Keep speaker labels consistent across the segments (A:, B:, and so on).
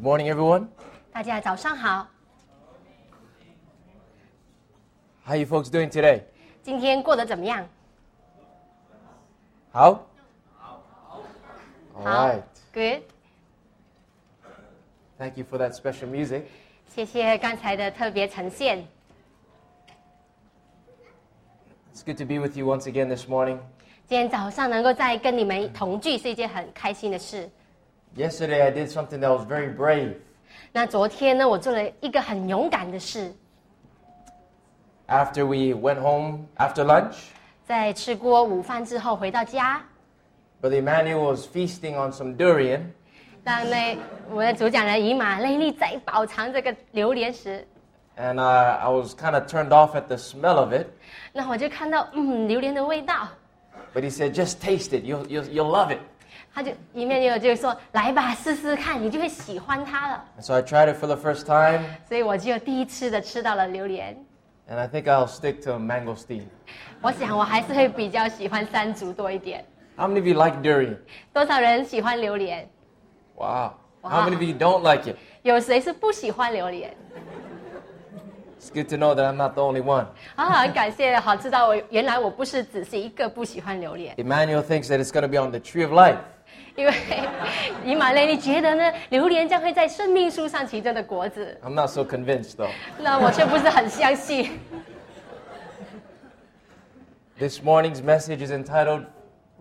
A: morning, everyone.
B: 大家早上好，
A: How you folks doing today?
B: 今天过得怎么样？
A: 好? All
B: 好
A: right.
B: ，Good，
A: Thank you for that special music.
B: 谢谢刚才的特别呈现，
A: It's good to be with you once again this morning.
B: 今天早上能够再跟你们同聚是一件很开心的事。
A: Yesterday, I did something that was very brave.
B: 那昨天呢，我做了一个很勇敢的事，
A: After we went home after lunch,
B: 在吃过午饭之后回到家，
A: Brother Emmanuel was feasting on some durian,
B: 当那我们的主讲人以马内利在饱尝这个榴莲时，
A: and uh, I was kind of turned off at the smell of it.
B: 那我就看到嗯榴莲的味道，
A: But he said, just taste it. You'll, you'll, you'll love it.
B: 他就一面就就说来吧试试看，你就会喜欢它了。
A: And so I tried it for the first time,
B: 所以我只有第一次的吃到了榴莲。
A: and I think I'll stick to mangosteen.
B: 我想我还是会比较喜欢山竹多一点。
A: How many of you like durian?
B: 多少人喜欢榴莲？
A: Wow. How
B: Wow.
A: many of you don't like it?
B: 有谁是不喜欢榴莲？
A: It's good to know that I'm not the only one.
B: 啊，很感谢，好知道我原来我不是只是一个不喜欢榴莲，
A: Emmanuel thinks that it's going to be on the tree of life.
B: 因为 以马内利觉得呢，榴莲将会在生命树上其中的果子，
A: I'm not so convinced though.
B: 那我却不是很相信。
A: This morning's message is entitled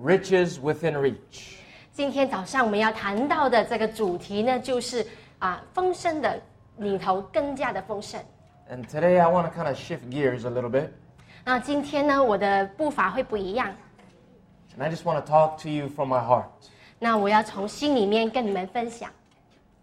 A: Riches Within Reach.
B: 今天早上我们要谈到的这个主题呢，就是啊，丰盛的里头更加的丰盛。
A: And today I want to kind of shift gears a little bit.
B: 那今天呢，我的步伐会不一样。
A: And I just want to talk to you from my heart.
B: 那我要从心里面跟你们分享，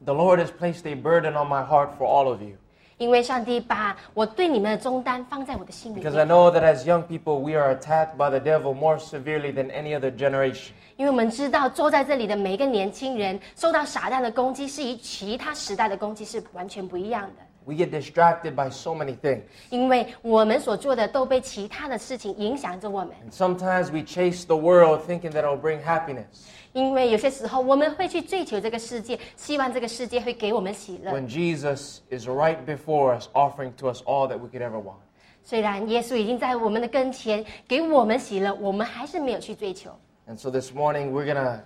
A: The Lord has placed a burden on my heart for all of you.
B: 因为上帝把我对你们的终端放在我的心里
A: Because I
B: 面。
A: know that as young people, we are attacked by the devil more severely than any other generation.
B: 因为我们知道坐在这里的每一个年轻人受到撒旦的攻击，是与其他时代的攻击是完全不一样的。
A: We get distracted by so many things.
B: 因为我们所做的都被其他的事情影响着我们。
A: And sometimes we chase the world thinking that it'll bring happiness.
B: 因为有些时候我们会去追求这个世界，希望这个世界会给我们喜乐。
A: when Jesus is right before us, offering to us all that we could ever want.
B: 虽然耶稣已经在我们的跟前给我们喜乐，我们还是没有去追求。
A: And so this morning, we're going to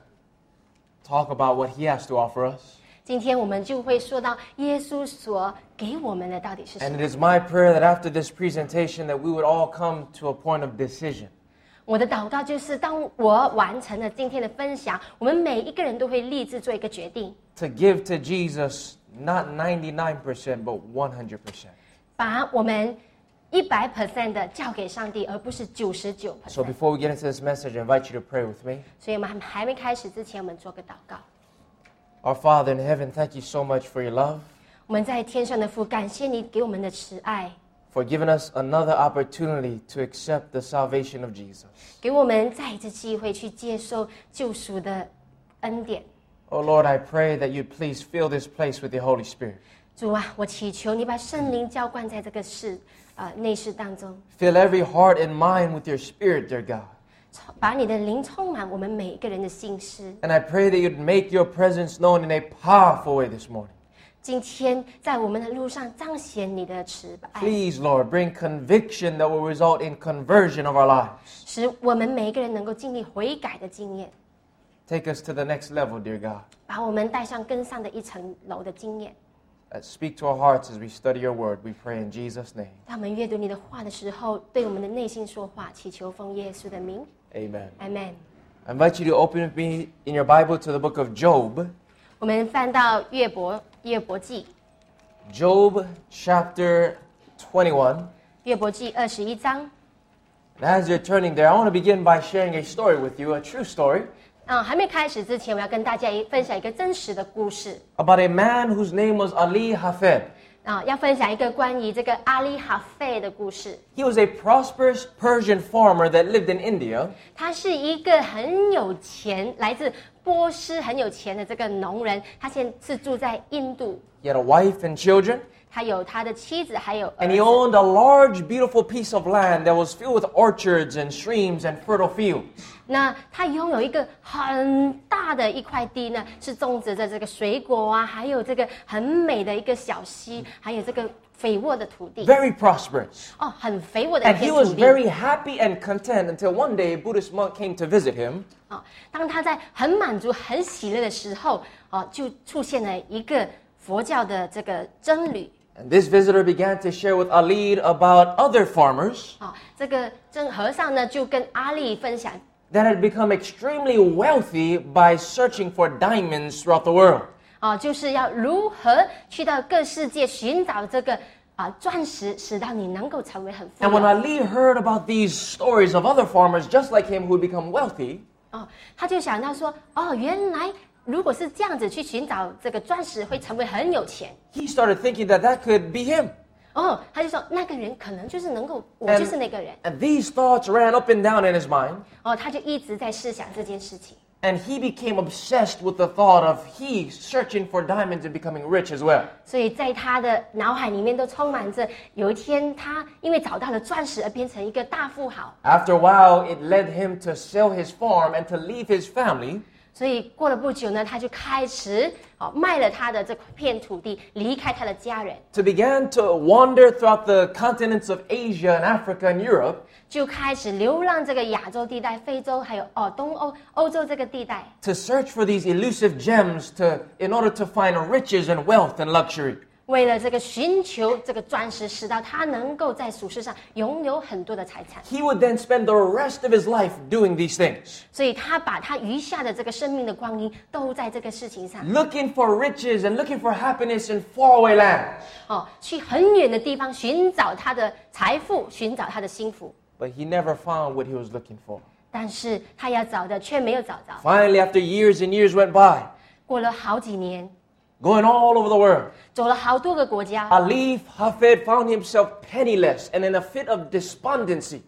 A: talk about what He has to offer us.
B: 今天我们就会说到耶稣所给我们的到底是什
A: And
B: 么。
A: it is my prayer that after this presentation, that we would all come to a point of decision.
B: 我的祷告就是，当我完成了今天的分享，我们每一个人都会立志做一个决定，
A: To give to Jesus not 99%, but 100%.
B: 把我们一百 percent 的交给上帝，而不是九十九
A: So
B: percent。
A: before we get into this message, I invite you to pray with me.
B: 所以我们还还没开始之前，我们做个祷告。
A: Our Father in heaven, thank you so much for your love,
B: 我们在天上的父，感谢你给我们的慈爱，
A: for giving us another opportunity to accept the salvation of Jesus.
B: 给我们再一次机会去接受救赎的恩典。
A: Oh Lord, I pray that you please fill this place with your Holy Spirit.
B: 主啊，我祈求你把圣灵浇灌在这个室呃内室当中，
A: Fill every heart and mind with your spirit, dear God.
B: 充把你的灵充满我们每一个人的心思。
A: And I pray that you'd make your presence known in a powerful way this morning.
B: 今天在我们的路上彰显你的慈爱，
A: Please, Lord, bring conviction that will result in conversion of our lives.
B: 使我们每一个人能够经历悔改的经验，
A: Take us to the next level, dear God.
B: 把我们带上更上的一层楼的经验。
A: Uh, Speak to our hearts as we study your word. We pray in Jesus' name.
B: 当我们阅读你的话的时候，对我们的内心说话，祈求奉耶稣的名
A: Amen.
B: ，Amen。
A: I invite you to open with me in your Bible to the book of Job,
B: 我们翻到乐伯乐伯记，
A: Job chapter 21.
B: 乐伯记二十一章。
A: And as you're turning there, I want to begin by sharing a story with you, a true story,
B: 嗯，还没开始之前，我要跟大家一分享一个真实的故事
A: about a man whose name was Ali Hafed.
B: 啊、要分享一个关于这个阿里哈费的故事。
A: He was a prosperous Persian farmer that lived in India,
B: 他是一个很有钱，来自波斯很有钱的这个农人，他现在是住在印度，
A: he had a wife and children,
B: 他还有他的妻子，还有儿
A: And he
B: 子。
A: owned a large, beautiful piece of land that was filled with orchards and streams and fertile fields.
B: 那他拥有一个很大的一块地呢，是种植着这个水果啊，还有这个很美的一个小溪，还有这个肥沃的土地
A: Very prosperous.
B: 哦，很肥沃的一
A: And he
B: 片
A: was
B: 土地
A: very happy and content until one day a Buddhist monk came to visit him.
B: 哦。当他在很满足、很喜乐的时候，哦，就出现了一个佛教的这个真理
A: And this visitor began to share with Alid about other farmers
B: 哦，这个真和尚呢就跟阿力分享
A: that had become extremely wealthy by searching for diamonds throughout the world.
B: 哦，就是要如何去到各世界寻找这个啊钻石，使到你能够成为很富
A: And when
B: 有。
A: Ali heard about these stories of other farmers just like him who had become wealthy,
B: 哦，他就想到说，哦，原来如果是这样子去寻找这个钻石，会成为很有钱。
A: he started thinking that that could be him.
B: 哦，他就说那个人可能就是能够，我
A: And-
B: 就是那个人。
A: And these thoughts ran up and down in his mind,
B: 哦，他就一直在试想这件事情。
A: and he became obsessed with the thought of he searching for diamonds and becoming rich as well.
B: 所以在他的脑海里面都充满着，有一天他因为找到了钻石而变成一个大富豪。
A: After a while, it led him to sell his farm and to leave his family
B: 所以过了不久呢，他就开始哦卖了他的这片土地，离开他的家人，
A: to begin to wander throughout the continents of Asia and Africa and Europe
B: 就开始流浪这个亚洲地带、非洲还有哦东欧、欧洲这个地带。
A: to search for these elusive gems to, in order to find riches and wealth and luxury.
B: 为了这个寻求这个钻石，使到他能够在俗世上拥有很多的财产，
A: He would then spend the rest of his life doing these things,
B: 所以他把他余下的这个生命的光阴都在这个事情上
A: looking for riches and looking for happiness in faraway lands.
B: 哦，去很远的地方寻找他的财富，寻找他的幸福。
A: But he never found what he was looking for.
B: 但是他要找的却没有找着，
A: Finally, after years and years went by,
B: 过了好几年，
A: going all over the world,
B: 走了好多个国家，
A: Alif Hafid found himself penniless and in a fit of despondency.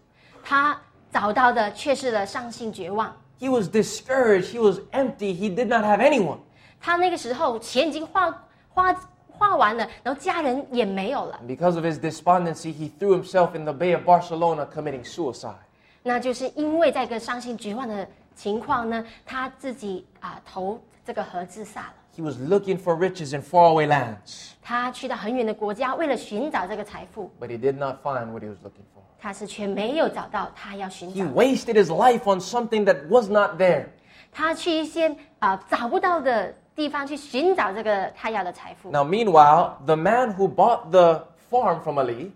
B: 他找到的却是了丧心绝望。
A: He was discouraged, he was empty, he did not have anyone.
B: 他那个时候钱已经花花花完了，然后家人也没有了。
A: And because of his despondency, he threw himself in the Bay of Barcelona committing suicide.
B: 那就是因为在一个伤心绝望的情况呢，他自己啊、投这个河自杀了。
A: He was looking for riches in faraway lands,
B: 他去到很远的国家，为了寻找这个财富，
A: but he did not find what he was looking for.
B: 他是却没有找到他要寻
A: He
B: 找。
A: wasted his life on something that was not there.
B: 他去一些啊、找不到的地方去寻找这个他要的财富。
A: Now, meanwhile, the man who bought the farm from Ali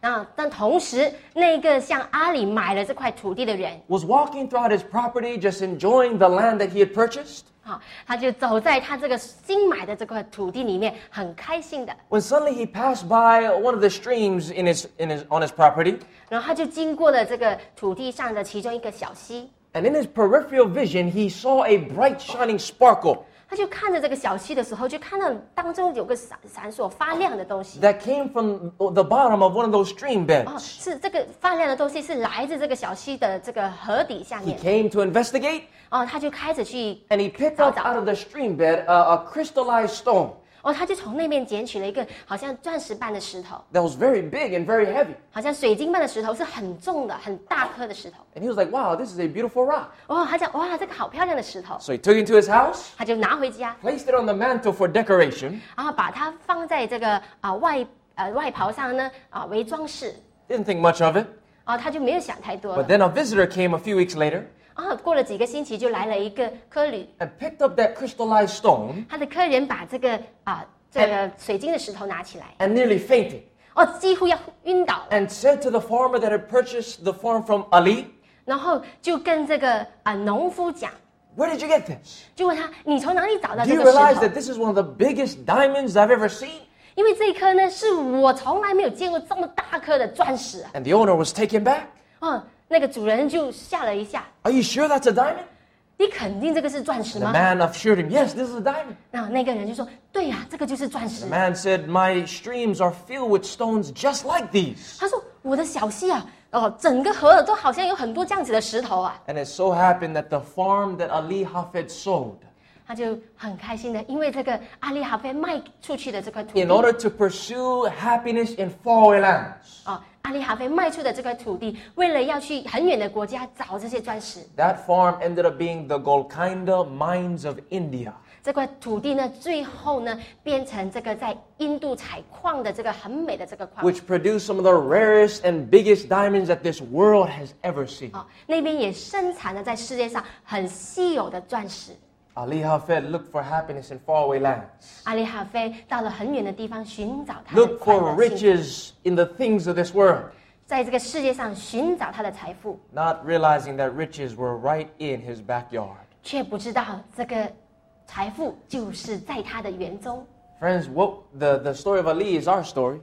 B: 那但同时，那个向阿里买了这块土地的人
A: was walking throughout his property, just enjoying the land that he had purchased,
B: 啊，他就走在他这个新买的这块土地里面，很开心的。
A: when suddenly he passed by one of the streams in his, in his, on his property,
B: 然后他就经过了这个土地上的其中一个小溪，
A: and in his peripheral vision, he saw a bright, shining sparkle
B: 他就看着这个小溪的时候，就看到当中有个闪闪烁发亮的东西。
A: that came from the bottom of one of those stream beds.
B: 哦，是这个发亮的东西是来自这个小溪的这个河底下
A: He
B: 面。
A: came to investigate,
B: 哦，他就开始去，
A: and he picked up out of the stream bed a, a crystallized stone
B: 哦，他就从那边捡取了一个好像钻石般的石头，
A: that was very big and very heavy.
B: 好像水晶般的石头，是很重的、很大颗的石头。
A: And he was like, wow, this is a beautiful rock.
B: 哦，他讲哇，这个好漂亮的石头，
A: So he took it to his house,
B: 他就拿回家，
A: placed it on the mantle for decoration.
B: 然后把它放在这个啊、外呃外袍上呢啊、为装饰。
A: Didn't think much of it.
B: 哦，他就没有想太多
A: But
B: 了。
A: then a visitor came a few weeks later
B: 啊、过了几个星期就来了一个科旅。
A: and picked up that crystallized stone
B: 他的客人把这个啊、这
A: 哎
B: 个水晶的石头拿起来，
A: and nearly fainted
B: 哦，几乎要晕倒了，
A: and said to the farmer that had purchased the farm from Ali,
B: 然后就跟这个啊、农夫讲，
A: Where did you get this?
B: 就问他你从哪里找到
A: Do
B: 这
A: you
B: 个
A: realize
B: 石
A: that
B: 头？
A: this is one of the biggest diamonds I've ever seen?
B: 因为这一颗呢是我从来没有见过这么大颗的钻石啊！
A: And the owner was taken back.
B: 哦，那个主人就吓了一下，
A: Are you sure that's a diamond?
B: 你肯定这个是钻石
A: The
B: 吗？
A: man assured him, Yes, this is a diamond.
B: 然后那个人就说，对呀、这个就是钻石啊
A: The。man said, My streams are filled with stones just like these.
B: 他说我的小溪啊，哦，整个河都好像有很多这样子的石头啊。
A: And it so happened that the farm that Ali Hafid sold
B: 他就很开心的，因为这个阿利哈被卖出去的这块土
A: In
B: 地
A: order to pursue happiness in faraway lands,
B: 啊，阿利哈被卖出的这块土地，为了要去很远的国家找这些钻石，
A: that farm ended up being the Golconda mines of India.
B: 这块土地呢，最后呢变成这个在印度采矿的这个很美的这个矿。
A: which produced some of the rarest and biggest diamonds that this world has ever seen.
B: 哦，那边也生产了在世界上很稀有的钻石。
A: Ali Hafed looked for happiness in faraway lands.
B: 阿里哈菲到了很远的地方寻找他的
A: Look
B: 快
A: for
B: 乐性，
A: riches in the things of this world,
B: 在这个世界上寻找他的财富，
A: not realizing that riches were right in his backyard.
B: 却不知道这个财富就是在他的园中。
A: Friends, what the, the story of Ali is our story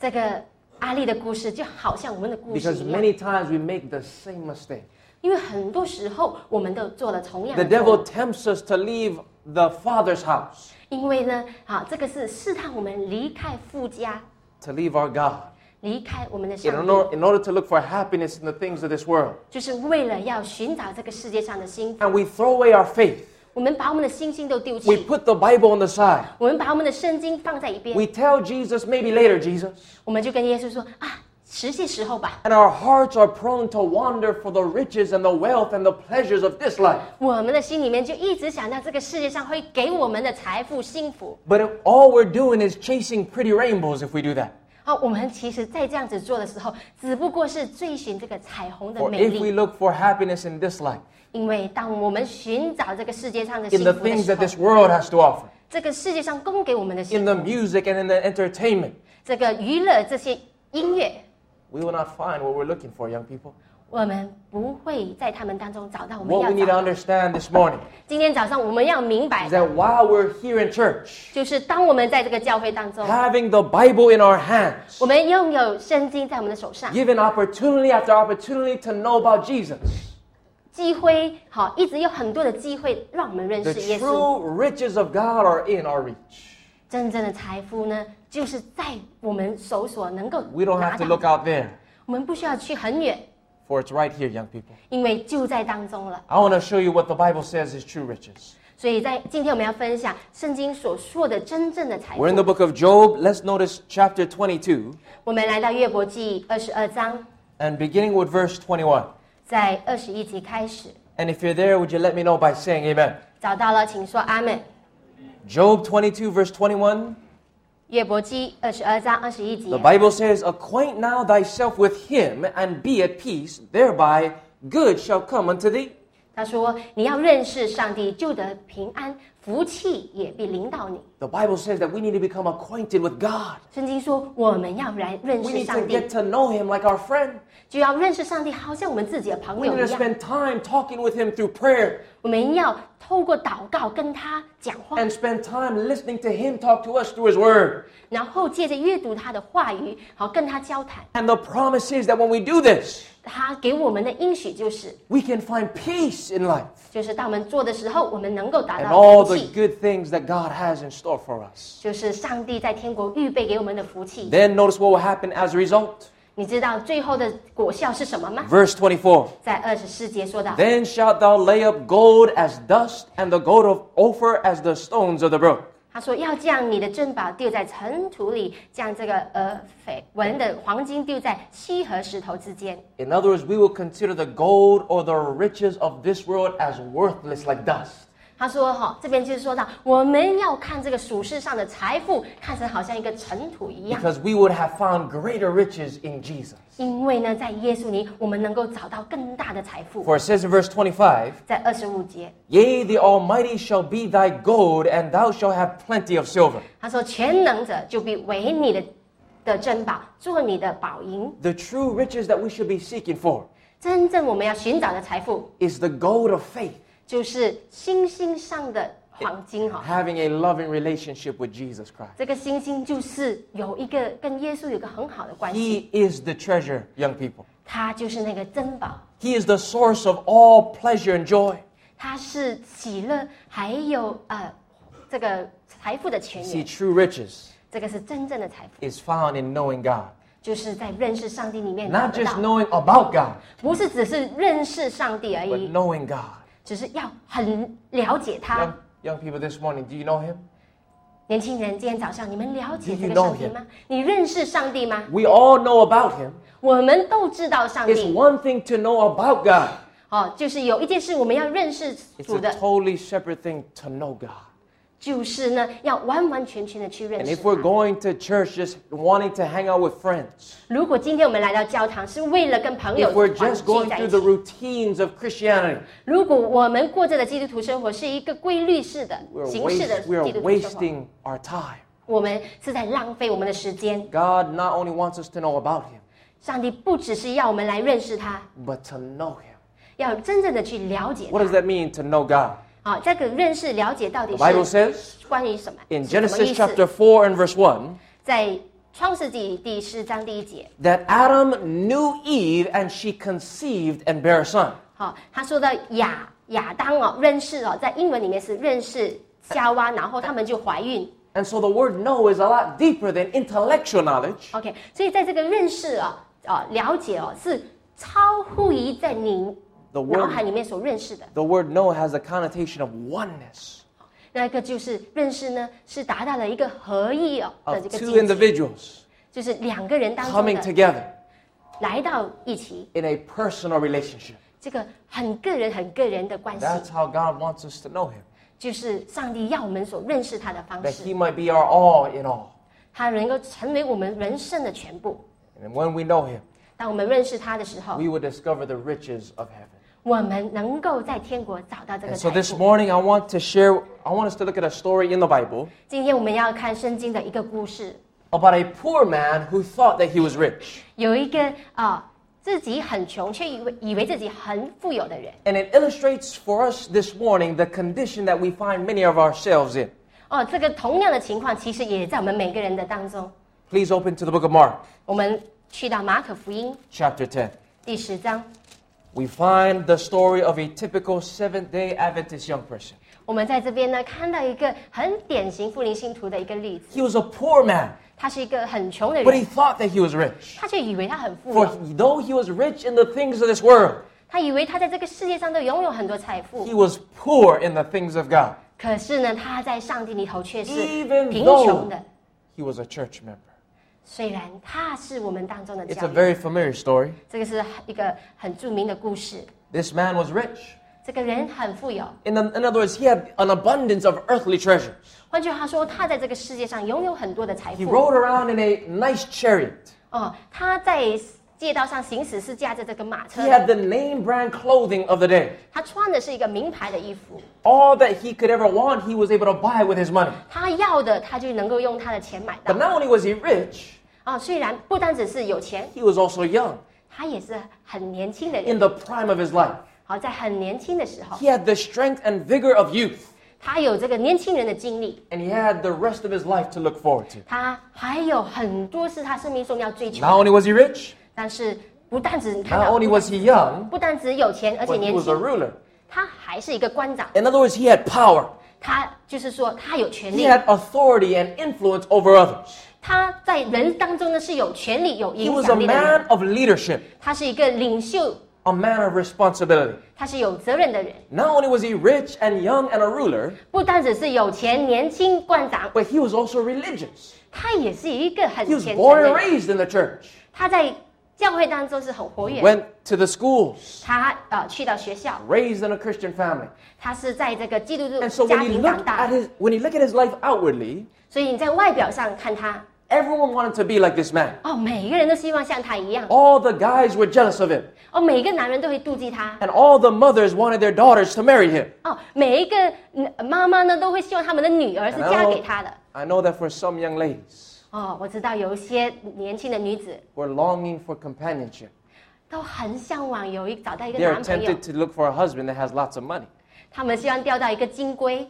B: 这个阿丽的故事就好像我们的故事
A: because
B: 一样，
A: many times we make the same mistake.
B: 因为很多时候我们都做了同样
A: The
B: 的错
A: devil
B: 误。
A: tempts us to leave the Father's house,
B: 因为呢，啊，这个是试探我们离开富家，
A: to leave our God,
B: 离开我们的
A: in
B: 上帝，
A: order, in order to look for happiness in the things of this world.
B: 就是为了要寻找这个世界上的幸福。
A: And we throw away our faith.
B: 我们把我们的星星都丢
A: We
B: 弃，
A: put the Bible on the side.
B: 我们把我们的圣经放在一边，
A: We tell Jesus, maybe later, Jesus.
B: 我们就跟耶稣说啊，实些时候吧，
A: And our hearts are prone to wander for the riches and the wealth and the pleasures of this life.
B: 我们的心里面就一直想到这个世界上会给我们的财富、幸福。
A: But if all we're doing is chasing pretty rainbows if we do that.
B: 啊，我们其实，在这样子做的时候，只不过是追寻这个彩虹的
A: Or
B: 美
A: if we
B: 丽。
A: look for happiness in this life,
B: 因为当我们寻找这个世界上的幸
A: in the
B: 福的
A: things that
B: 时
A: this
B: 候，
A: world has to offer,
B: 这个世界上供给我们的幸
A: in
B: 福
A: the music and in the entertainment,
B: 这个娱乐这些音乐，
A: we will not find what we're looking for, young people.
B: 我们不会在他们当中找到我们
A: What we
B: 要
A: need to
B: 找的。
A: understand this morning
B: 今天早上我们要明白
A: is，that while we're here in church,
B: 就是当我们在这个教会当中，
A: having the Bible in our hands,
B: 我们拥有圣经在我们的手上，
A: given opportunity after opportunity to know about Jesus.
B: 机会好，一直有很多的机会让我们认
A: The
B: 识耶稣。
A: true riches of God are in our reach.
B: 真正的财富呢，就是在我们手所能够
A: We don't
B: 拿
A: have to
B: 到
A: look
B: 的。
A: out there,
B: 我们不需要去很远，
A: for it's right here, young people.
B: 因为就在当中了。
A: I want to show you what the Bible says is true riches.
B: 所以在今天我们要分享圣经所说的真正的财
A: We're in the
B: 富。
A: book of Job. Let's notice chapter 22
B: 我们来到约伯记二十二章，
A: and beginning with verse 21.
B: 在二十一节开始
A: And if you're there, would you let me know by saying amen?
B: 找到了，请说阿门。
A: Job 22, verse 21.
B: 约伯记二十二章二十一
A: The
B: 节，
A: Bible says, Acquaint now thyself with him and be at peace. Thereby good shall come unto thee.
B: 他说：“你要认识上帝，就得平安，福气也必临到你。
A: The Bible says that we need to become acquainted with God. ”
B: 圣经说，我们要来认
A: We
B: 识
A: need to
B: 上帝
A: get，to know him like our friend.
B: 就要认识上帝，好像我们自己的朋
A: We
B: 友
A: need to
B: 一样。
A: spend time talking with Him through prayer
B: 我们要透过祷告跟他讲话，
A: and spend time listening to Him talk to us through His Word.
B: 然后借着阅读他的话语，好跟他交谈。
A: And the promise is that when we do this,
B: 他给我们的应许就是，
A: we can find peace in life
B: 就是当我们做的时候，我们能够达
A: and
B: 到
A: all
B: 福
A: the
B: 气，
A: good things that God has in store for us.
B: 就是上帝在天国预备给我们的福气。
A: Then notice what will happen as a result.
B: 你知道最后的果效是什么吗？
A: Verse 24
B: 在二十四节说到。
A: Then shalt thou lay up gold as dust, and the gold of Ophir as the stones of the brook.
B: 他说要将你的珍宝丢在尘土里，将这个呃绯闻的黄金丢在溪和石头之间。
A: In other words, we will consider the gold or the riches of this world as worthless like dust.
B: 他说哈、这边就是说到我们要看这个属世上的财富，看成好像一个尘土一样，
A: Because we would have found greater riches in Jesus.
B: 因为呢，在耶稣里我们能够找到更大的财富。
A: For it says in verse 25,
B: 在二十五节，
A: Yea, the Almighty shall be thy gold, and thou shalt have plenty of silver.
B: 他说全能者就必为你的的珍宝，做你的宝银。
A: The true riches that we should be seeking for
B: 真正我们要寻找的财富，
A: is the gold of faith,
B: 就是星星上的黄金哈、
A: having a loving relationship with Jesus Christ.
B: 这个星星就是有一个跟耶稣有一个很好的关系，
A: He is the treasure, young people.
B: 他就是那个珍宝，
A: He is the source of all pleasure and joy.
B: 他是喜乐，还有呃这个财富的泉
A: See,
B: 源。
A: true riches
B: 这个是真正的财富，
A: is found in knowing God,
B: 就是在认识上帝里面找
A: not
B: 得
A: just
B: 到，
A: knowing about God,
B: 不是只是认识上帝而
A: but
B: 已，
A: knowing God.
B: 只是要很了解
A: Young,
B: 他。
A: Young people this morning, do you know him?
B: 年轻人，今天早上你们了解
A: Do
B: 这
A: you
B: 个
A: know
B: 上帝吗？你认识上帝吗？
A: We all know about him.
B: 我们都知道上
A: It's
B: 帝
A: one thing to know about God.
B: 哦，就是有一件事我们要认识
A: It's
B: 主
A: a
B: 的，
A: totally separate thing to know God.
B: 就是呢要完完全全的去认
A: And
B: 识
A: if we're
B: 他。
A: going to church just wanting to hang out with friends,
B: 如果今天我们来到教堂是为了跟朋友
A: if we're
B: 团
A: just
B: 聚
A: going
B: 在
A: through
B: 一
A: the
B: 起，
A: routines of Christianity,
B: 如果我们过着的基督徒生活是一个规律式的
A: we're,
B: 形式的
A: waste,
B: 基
A: we're
B: 督徒生活，
A: wasting our time.
B: 我们是在浪费我们的时间。
A: God not only wants us to know about Him,
B: 上帝不只是要我们来认识他，
A: but to know Him.
B: 要真正的去了解
A: What does
B: 他。
A: that mean to know God?
B: 好、这个认识了解到底
A: The Bible
B: 是
A: says
B: 关于什么？
A: in
B: 是什么
A: Genesis
B: 意思？
A: chapter 4 and verse 1
B: 在创世纪第四章第一节，
A: that Adam knew Eve and she conceived and bare a son.
B: 好、他说到亚亚当哦，认识哦，在英文里面是认识夏娃，然后他们就怀孕。
A: And so the word know is a lot deeper than intellectual knowledge.
B: OK，所以在这个认识啊、啊、了解哦，是超乎于在你
A: The
B: 脑海
A: word,
B: 里面所认识的。
A: the word know has a connotation of oneness,
B: 那一个就是认识呢，是达到了一个合意哦的
A: of
B: 这个
A: two
B: 境界，
A: individuals
B: 就是两个人当中
A: coming
B: 的
A: together
B: 来到一起，
A: in a personal relationship.
B: 这个很个人、很个人的关系，
A: That's how God wants us to know Him,
B: 就是上帝要我们所认识他的方
A: that
B: 式，
A: He might be our all in all.
B: 他能够成为我们人生的全部。
A: And when we know Him,
B: 当我们认识他的时候，
A: we will discover the riches of heaven.
B: 我们能够在天国找到这个
A: And so
B: 财
A: this
B: 富。
A: morning, I want to share, I want us to look at a story in the Bible
B: 今天我们要看圣经的一个故事，
A: about a poor man who thought that he was rich.
B: 有一个啊、自己很穷却以为以为自己很富有的人
A: And it illustrates for us this morning the condition that we find many of ourselves in.
B: 哦，这个同样的情况其实也在我们每个人的当中。
A: Please open to the book of Mark,
B: 我们去到马可福音
A: chapter 10.
B: 第十章，
A: We find the story of a typical Seventh day Adventist young person.
B: 我们在这边呢看到一个很典型富林信徒的一个例子，
A: He was a poor man,
B: 他是一个很穷的
A: but he
B: 人，
A: thought that he was rich.
B: 他却以为他很富
A: For
B: 有，
A: though he was rich in the things of this world,
B: 他以为他在这个世界上都拥有很多财富
A: he，was poor in the things of God.
B: 可是呢，他在上帝里头却是
A: Even
B: 贫穷
A: though-
B: 的。
A: He was a church member.
B: 虽然他是我们当中的
A: It's a
B: 教育，
A: very familiar story.
B: 这个是一个很著名的故事。
A: This man was rich.
B: 这个人很富有，
A: In, in other words, he had an abundance of earthly treasures.
B: 换句话说，他在这个世界上拥有很多的财
A: He
B: 富。
A: rode around in a nice chariot.
B: 哦，他在街道上行驶是驾着这个马
A: He
B: 车的，
A: had the name brand clothing of the day.
B: 他穿的是一个名牌的衣服。
A: All that he could ever want, he was able to buy with his money.
B: 他要的，他就能够用他的钱买到
A: But。not only was he rich,
B: 啊、虽然不单只是有钱，
A: he was also young,
B: 他也是很年轻的人。
A: in the prime of his life.
B: 好，在很年轻的时候
A: He，had the strength and vigor of youth,
B: 他有这个年轻人的经历，
A: and he had the rest of his life to look forward to.
B: 他还有很多是他生命中要追求
A: Not
B: 的。
A: only was he rich,
B: 但是不但只看
A: not
B: 到
A: only was he young,
B: 不但只有钱，而且
A: but he
B: 年
A: was a
B: 轻，
A: ruler.
B: 他还是一个官长。
A: In other words, he had power.
B: 他就是说，他有权
A: He
B: 利，
A: had authority and influence over others.
B: 他在人当中呢是有权利、有
A: He
B: 影
A: was a
B: 响力的人。
A: man of leadership,
B: 他是一个领袖，
A: a man of responsibility.
B: 他是有责任的人。
A: Not only was he rich and young and a ruler,
B: 不单只是有钱、年轻、官长，
A: but he was also religious.
B: 他也是一个很
A: He was
B: 虔诚
A: born
B: 的
A: and
B: 人。
A: raised in the church,
B: 他在教会当中是很活跃的。
A: went to the schools,
B: 他呃去到学校，
A: raised in a Christian family.
B: 他是在这个基督
A: And so
B: 徒
A: when
B: 家
A: you
B: 庭
A: look at
B: 长大，
A: his when you look at his life outwardly,
B: 所以你在外表上看他，
A: everyone wanted to be like this man.
B: 哦，每个人都希望像他一样，
A: All the guys were jealous of him,
B: 哦，每个男人都会妒忌他，
A: and all the mothers wanted their daughters to marry him.
B: 哦，每一个嗯妈妈呢都会希望他们的女儿是
A: 然后
B: 嫁给他的。
A: I know that for some young ladies
B: 哦，我知道有一些年轻的女子
A: who are longing for companionship,
B: 都很向往有一找到一个
A: they are
B: 男朋友
A: tempted，to look for a husband that has lots of money.
B: 他们希望钓到一个金龟。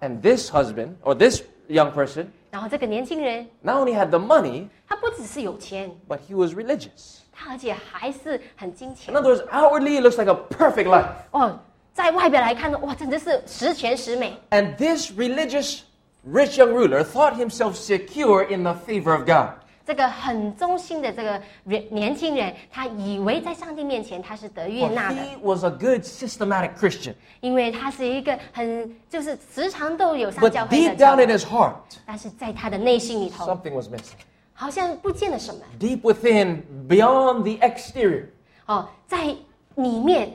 A: And this husband or this young person
B: 然后这个年轻人，
A: not only had the money,
B: 他不只是有钱，
A: but he was religious.
B: 他而且还是很金钱
A: In。other words, outwardly it looks like a perfect life.
B: 哦，在外表来看呢，哇，真的是十全十美。
A: And this religious rich young ruler thought himself secure in the favor of God.
B: 这个很忠心的这个人年轻人，他以为在上帝面前他是得悦
A: Well,
B: 纳的，
A: he was a good systematic Christian,
B: 因为他是一个很就是时常都有上教
A: but
B: 会
A: deep
B: 的教
A: down in
B: 会，
A: his heart,
B: 但是在他的内心里头，
A: something was missing.
B: 好像不见了什么
A: Deep within, beyond the exterior,
B: 哦，在里面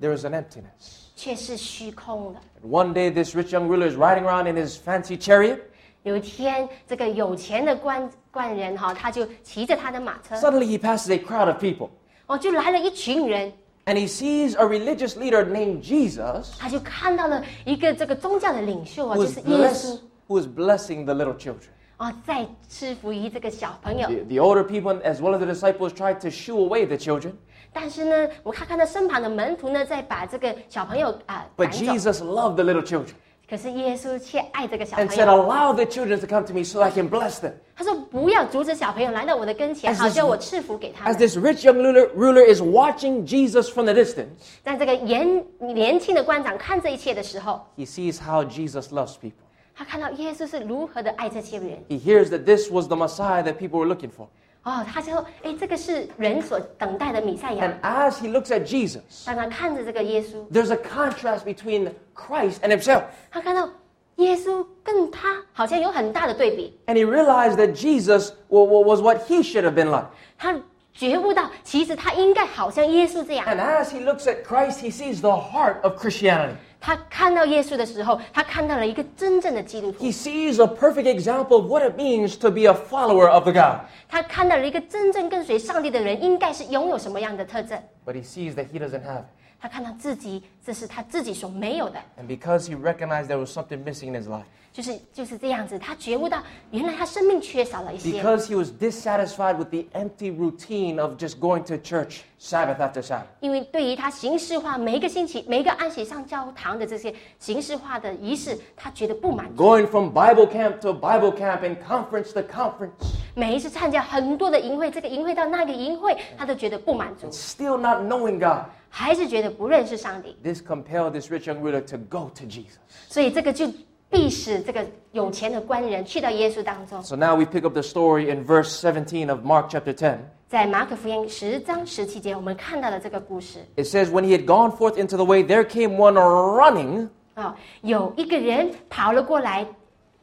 A: there was an emptiness.
B: 却是虚空的。
A: And one day, this rich young ruler is riding around in his fancy chariot.
B: 有一天，这个有钱的官官人哈、他就骑着他的马车，
A: Suddenly, he passes a crowd of people,
B: 哦，就来了一群人，
A: and he sees a religious leader named Jesus
B: 他就看到了一个这个宗教的领袖啊，
A: who
B: 就
A: is,
B: 是耶
A: bless,
B: 稣
A: who is blessing the little children.
B: 哦，在赐福于这个小朋友。
A: The, the older people, as well as the disciples, tried to shoo away the children,
B: 但是呢，我看看到身旁的门徒呢，在把这个小朋友啊、
A: but
B: 赶走。
A: Jesus loved the little children
B: 可是耶稣却爱这个小
A: and
B: 朋
A: said, "Oh-"
B: 友，
A: Allow the children to come to me so I can bless them.
B: 他说不要阻止小朋友来到我的跟前，
A: As
B: 好
A: this-
B: 叫我赐福给他
A: As
B: 们。
A: this rich young ruler, ruler is watching Jesus from the distance,
B: 但这个年年轻的官长看这一切的时候，
A: he sees how Jesus loves people.
B: 他看到耶稣是如何的爱这些人。
A: He hears that this was the Messiah that people were looking for.
B: 哦，他说：“哎，这个是人所等待的弥赛亚
A: And。as he looks at Jesus, ”
B: 当他看着这个耶稣，
A: there's a contrast between Christ and himself.
B: 他看到耶稣跟他好像有很大的对比，
A: And he realized that Jesus wa- wa- was what he should have been like.
B: 他觉悟到其实他应该好像耶稣这样。
A: And as he looks at Christ, he sees the heart of Christianity.
B: 他看到耶稣的时候，他看到了一个真正的基督徒
A: He，sees a perfect example of what it means to be a follower of the God.
B: 他看到了一个真正跟随上帝的人应该是拥有什么样的特征。
A: But he sees that he doesn't have it.
B: 他看到自己，这是他自己所没有的，
A: And because he recognized there was something missing in his life,
B: 就是就是这样子。他觉悟到，原来他生命缺少了一些。
A: because he was dissatisfied with the empty routine of just going to church Sabbath after Sabbath,
B: 因为对于他形式化每一个星期、每一个安息上教堂的这些形式化的仪式，他觉得不满足。
A: going from Bible camp to Bible camp and conference to conference,
B: 每一次参加很多的营会，这个营会到那个营会，他都觉得不满足，
A: still not knowing God.
B: 还是觉得不认识上帝。
A: This compelled this rich young ruler to go to Jesus.
B: 所以这个就必使这个有钱的官人去到耶稣当中。
A: So now we pick up the story in verse 17 of Mark chapter 10.
B: 在马可福音十章十七节，我们看到了这个故事
A: It says, When he had gone forth into the way, there came one running
B: 啊、有一个人跑了过来，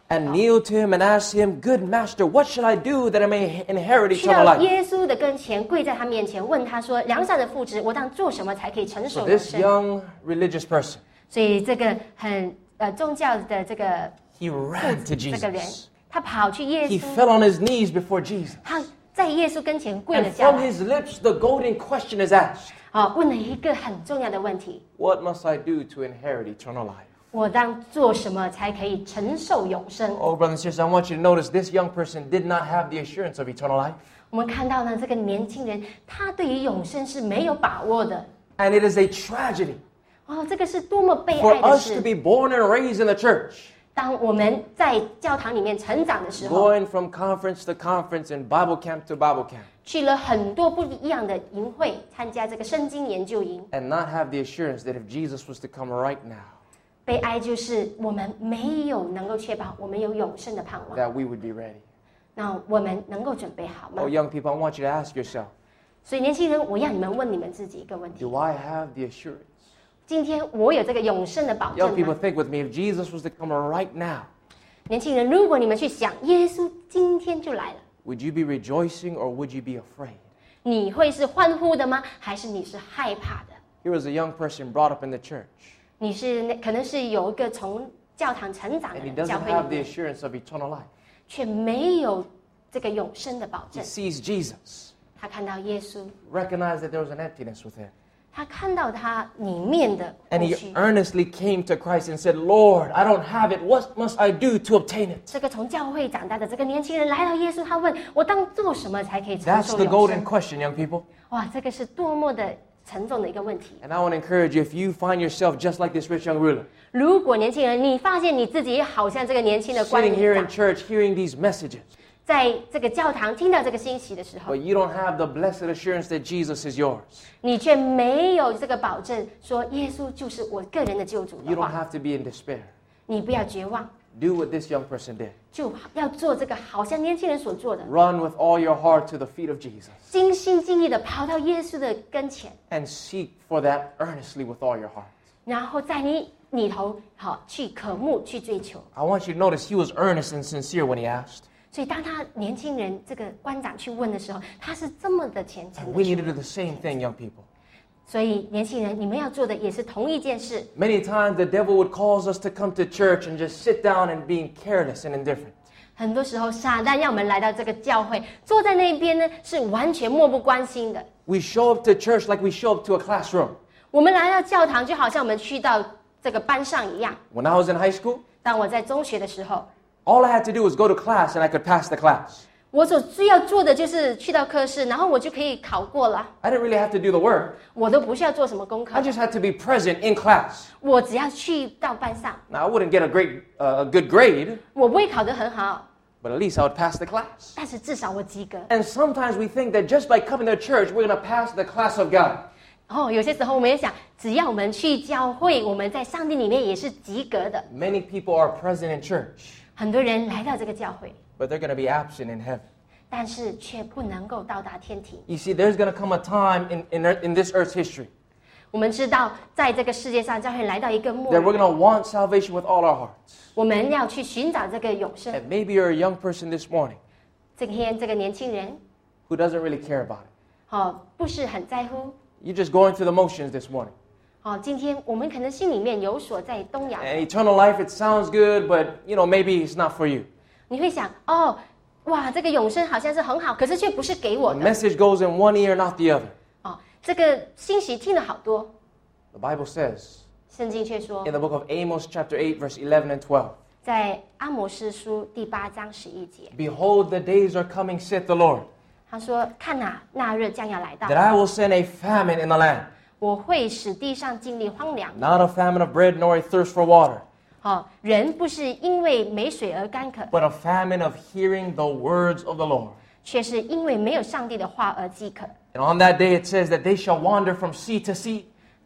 A: and kneeled to him and asked him, Good master, what shall I do that I may inherit
B: 去
A: eternal
B: 到
A: life?
B: 耶稣的跟前，跪在他面前，问他说：“良善的父职，我当做什么才可以承
A: So
B: 受永
A: this
B: 生？”
A: young religious person,
B: 所以这个很呃宗教的这个呃
A: he ran to
B: 这个人
A: Jesus.，
B: 他跑去耶
A: He
B: 稣，
A: fell on his knees before Jesus.
B: 他在耶稣跟前跪了
A: And
B: 下
A: from
B: 来，
A: his lips, the golden question is asked
B: 啊，问了一个很重要的问题：
A: What must I do to inherit eternal life?
B: 我当做什么才可以承受永生？
A: Oh, brothers and sisters, I want you to notice this young person did not have the assurance of eternal life.
B: 我们看到呢，这个年轻人他对于永生是没有把握的，
A: And it is a tragedy
B: 哦，这个是多么悲
A: for
B: 哀的
A: us to
B: 事！
A: be born and raised in the church,
B: 当我们在教堂里面成长的时候，
A: going from conference to conference and Bible camp to Bible camp,
B: 去了很多不一样的营会，参加这个圣经研究营。
A: and not have the assurance that if Jesus was to come right now,
B: 悲哀就是我们没有能够确保我们有永生的盼望。
A: that we would be ready.
B: 那我们能够准备好
A: Oh,
B: 吗？
A: young people, I want you to ask yourself
B: 所以年轻人，我要你们问你们自己一个问题：
A: Do I have the assurance?
B: 今天我有这个永生的保
A: Young
B: 证
A: people,
B: 吗？
A: think with me. If Jesus was to come right now,
B: 年轻人，如果你们去想，耶稣今天就来了，
A: would you be rejoicing or would you be afraid?
B: 你会是欢呼的吗？还是你是害怕的？
A: Here was a young person brought up in the church,
B: 你是那可能是有一个从教堂成长的
A: and he
B: 人，教
A: doesn't
B: 会里
A: have the
B: 面
A: assurance of eternal life.
B: 却没有这个永生的保
A: He
B: 证。
A: sees Jesus,
B: 他看到耶稣，
A: recognized that there was an emptiness within,
B: 他看到他里面的
A: and
B: 空
A: he
B: 虚。
A: earnestly came to Christ and said, Lord, I don't have it. What must I do to obtain it?
B: 这个从教会长大的这个年轻人来到耶稣，他问我当做什么才可以承
A: That's
B: 受
A: the
B: 永
A: golden
B: 生？
A: question, young people.
B: 哇，这个是多么的沉重的一个问题。
A: And I want to encourage you if you find yourself just like this rich young ruler,
B: 如果年轻人，你发现你自己也好像这个年轻的官
A: sitting here
B: 员
A: in church hearing these messages,
B: 在这个教堂听到这个信息的时候，
A: but you don't have the blessed assurance that Jesus is yours,
B: 你却没有这个保证，说耶稣就是我个人的救主
A: you
B: 的
A: don't
B: 话，
A: have to be in despair.
B: 你不要绝望，
A: Do what this young person did.
B: 就要做这个好像年轻人所做的，
A: Run with all your heart to the feet of Jesus
B: 尽心尽力的跑到耶稣的跟前，
A: and seek for that earnestly with all your heart.
B: 然后在你里头好去渴慕去追求。
A: I want you to notice he was earnest and sincere when he asked.
B: 所以当他年轻人这个官长去问的时候，他是这么的虔诚
A: And
B: 的。
A: we need to do the same thing, young people.
B: 所以年轻人，你们要做的也是同一件事。
A: Many times the devil would cause us to come to church and just sit down and being careless and indifferent.
B: 很多时候，撒旦要我们来到这个教会，坐在那边呢，是完全漠不关心的。
A: We show up to church like we show up to a classroom.
B: 我们来到教堂，就好像我们去到这个班上一样。
A: When I was in high school,
B: 当我在中学的时候，
A: all I had to do was go to class and I could pass the class.
B: 我所需要做的就是去到科室，然后我就可以考过了，
A: I didn't really have to do the work.
B: 我都不需要做什么功课
A: I，just had to be present in class.
B: 我只要去到班上，
A: Now I wouldn't get a great, uh, a good grade,
B: 我不会考得很好，
A: but at least I would pass the class.
B: 但是至少我及格。
A: And sometimes we think that just by coming to church, we're going to pass the class of God.
B: 然后有些时候我们也想，只要我们去教会，我们在上帝里面也是及格的。
A: Many people are present in church,
B: 很多人来到这个教会，
A: but they're going to be absent in heaven.
B: 但是却不能够到达天庭。
A: You see, there's going to come a time in, in, ear- in this earth's history
B: 我们知道，在这个世界上将会来到一个末
A: that we're
B: 日，
A: going to want salvation with all our hearts.
B: 我们要去寻找这个永生。
A: And maybe you're a young person this morning
B: 今天这个年轻人，
A: who doesn't really care about it.
B: 哦，不是很在乎。
A: You're just going through the motions this morning.
B: 哦，今天我们可能心里面有所在动摇，
A: And eternal life, it sounds good, but you know, maybe it's not for you.
B: 你会想，哦，哇，这个永生好像是很好，可是却不是给我
A: The
B: 的。
A: message goes in one ear, not the other.
B: 哦，这个信息听了好多，
A: The Bible says
B: 圣经却说
A: in，the book of Amos, chapter 8, verse 11 and 12
B: 在阿摩斯书第八章十一节，
A: Behold, the days are coming, saith the Lord,
B: 他说：“看哪、那日将要来到
A: that，I will send a famine in the land,
B: 我会使地上经历荒凉。
A: not a famine of bread nor a thirst for water,
B: 哦，人不是因为没水而干渴，
A: but a famine of hearing the words of the Lord.
B: 却是因为没有上帝的话而饥渴。
A: And on that day it says that they shall wander from sea to sea. ”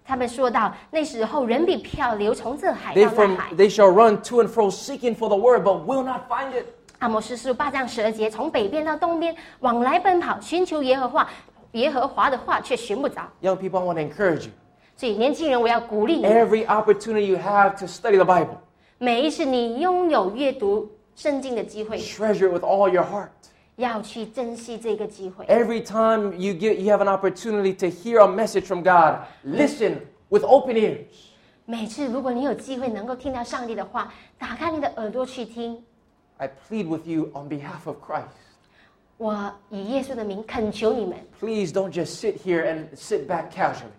B: 他们说到那时候，人比漂流从这海
A: They,
B: 到那
A: from,
B: 海。
A: they shall run to and fro seeking for the word, but will not find it.
B: 阿摩斯书八章十二节，从北边到东边往来奔跑，寻求耶和华，耶和华的话却寻不着。
A: Young people, I want to encourage you.
B: 所以，年轻人，我要鼓励你，
A: Every opportunity you have to study the Bible,
B: 每一次你拥有阅读圣经的机会，
A: treasure it with all your heart.
B: 要去珍惜这个机会。
A: Every time you get you have an opportunity to hear a message from God, listen with open ears.
B: 每次如果你有机会能够听到上帝的话，打开你的耳朵去听。
A: I plead with you on behalf of Christ.
B: 我以耶稣的名恳求你们，
A: Please don't just sit here and sit back casually.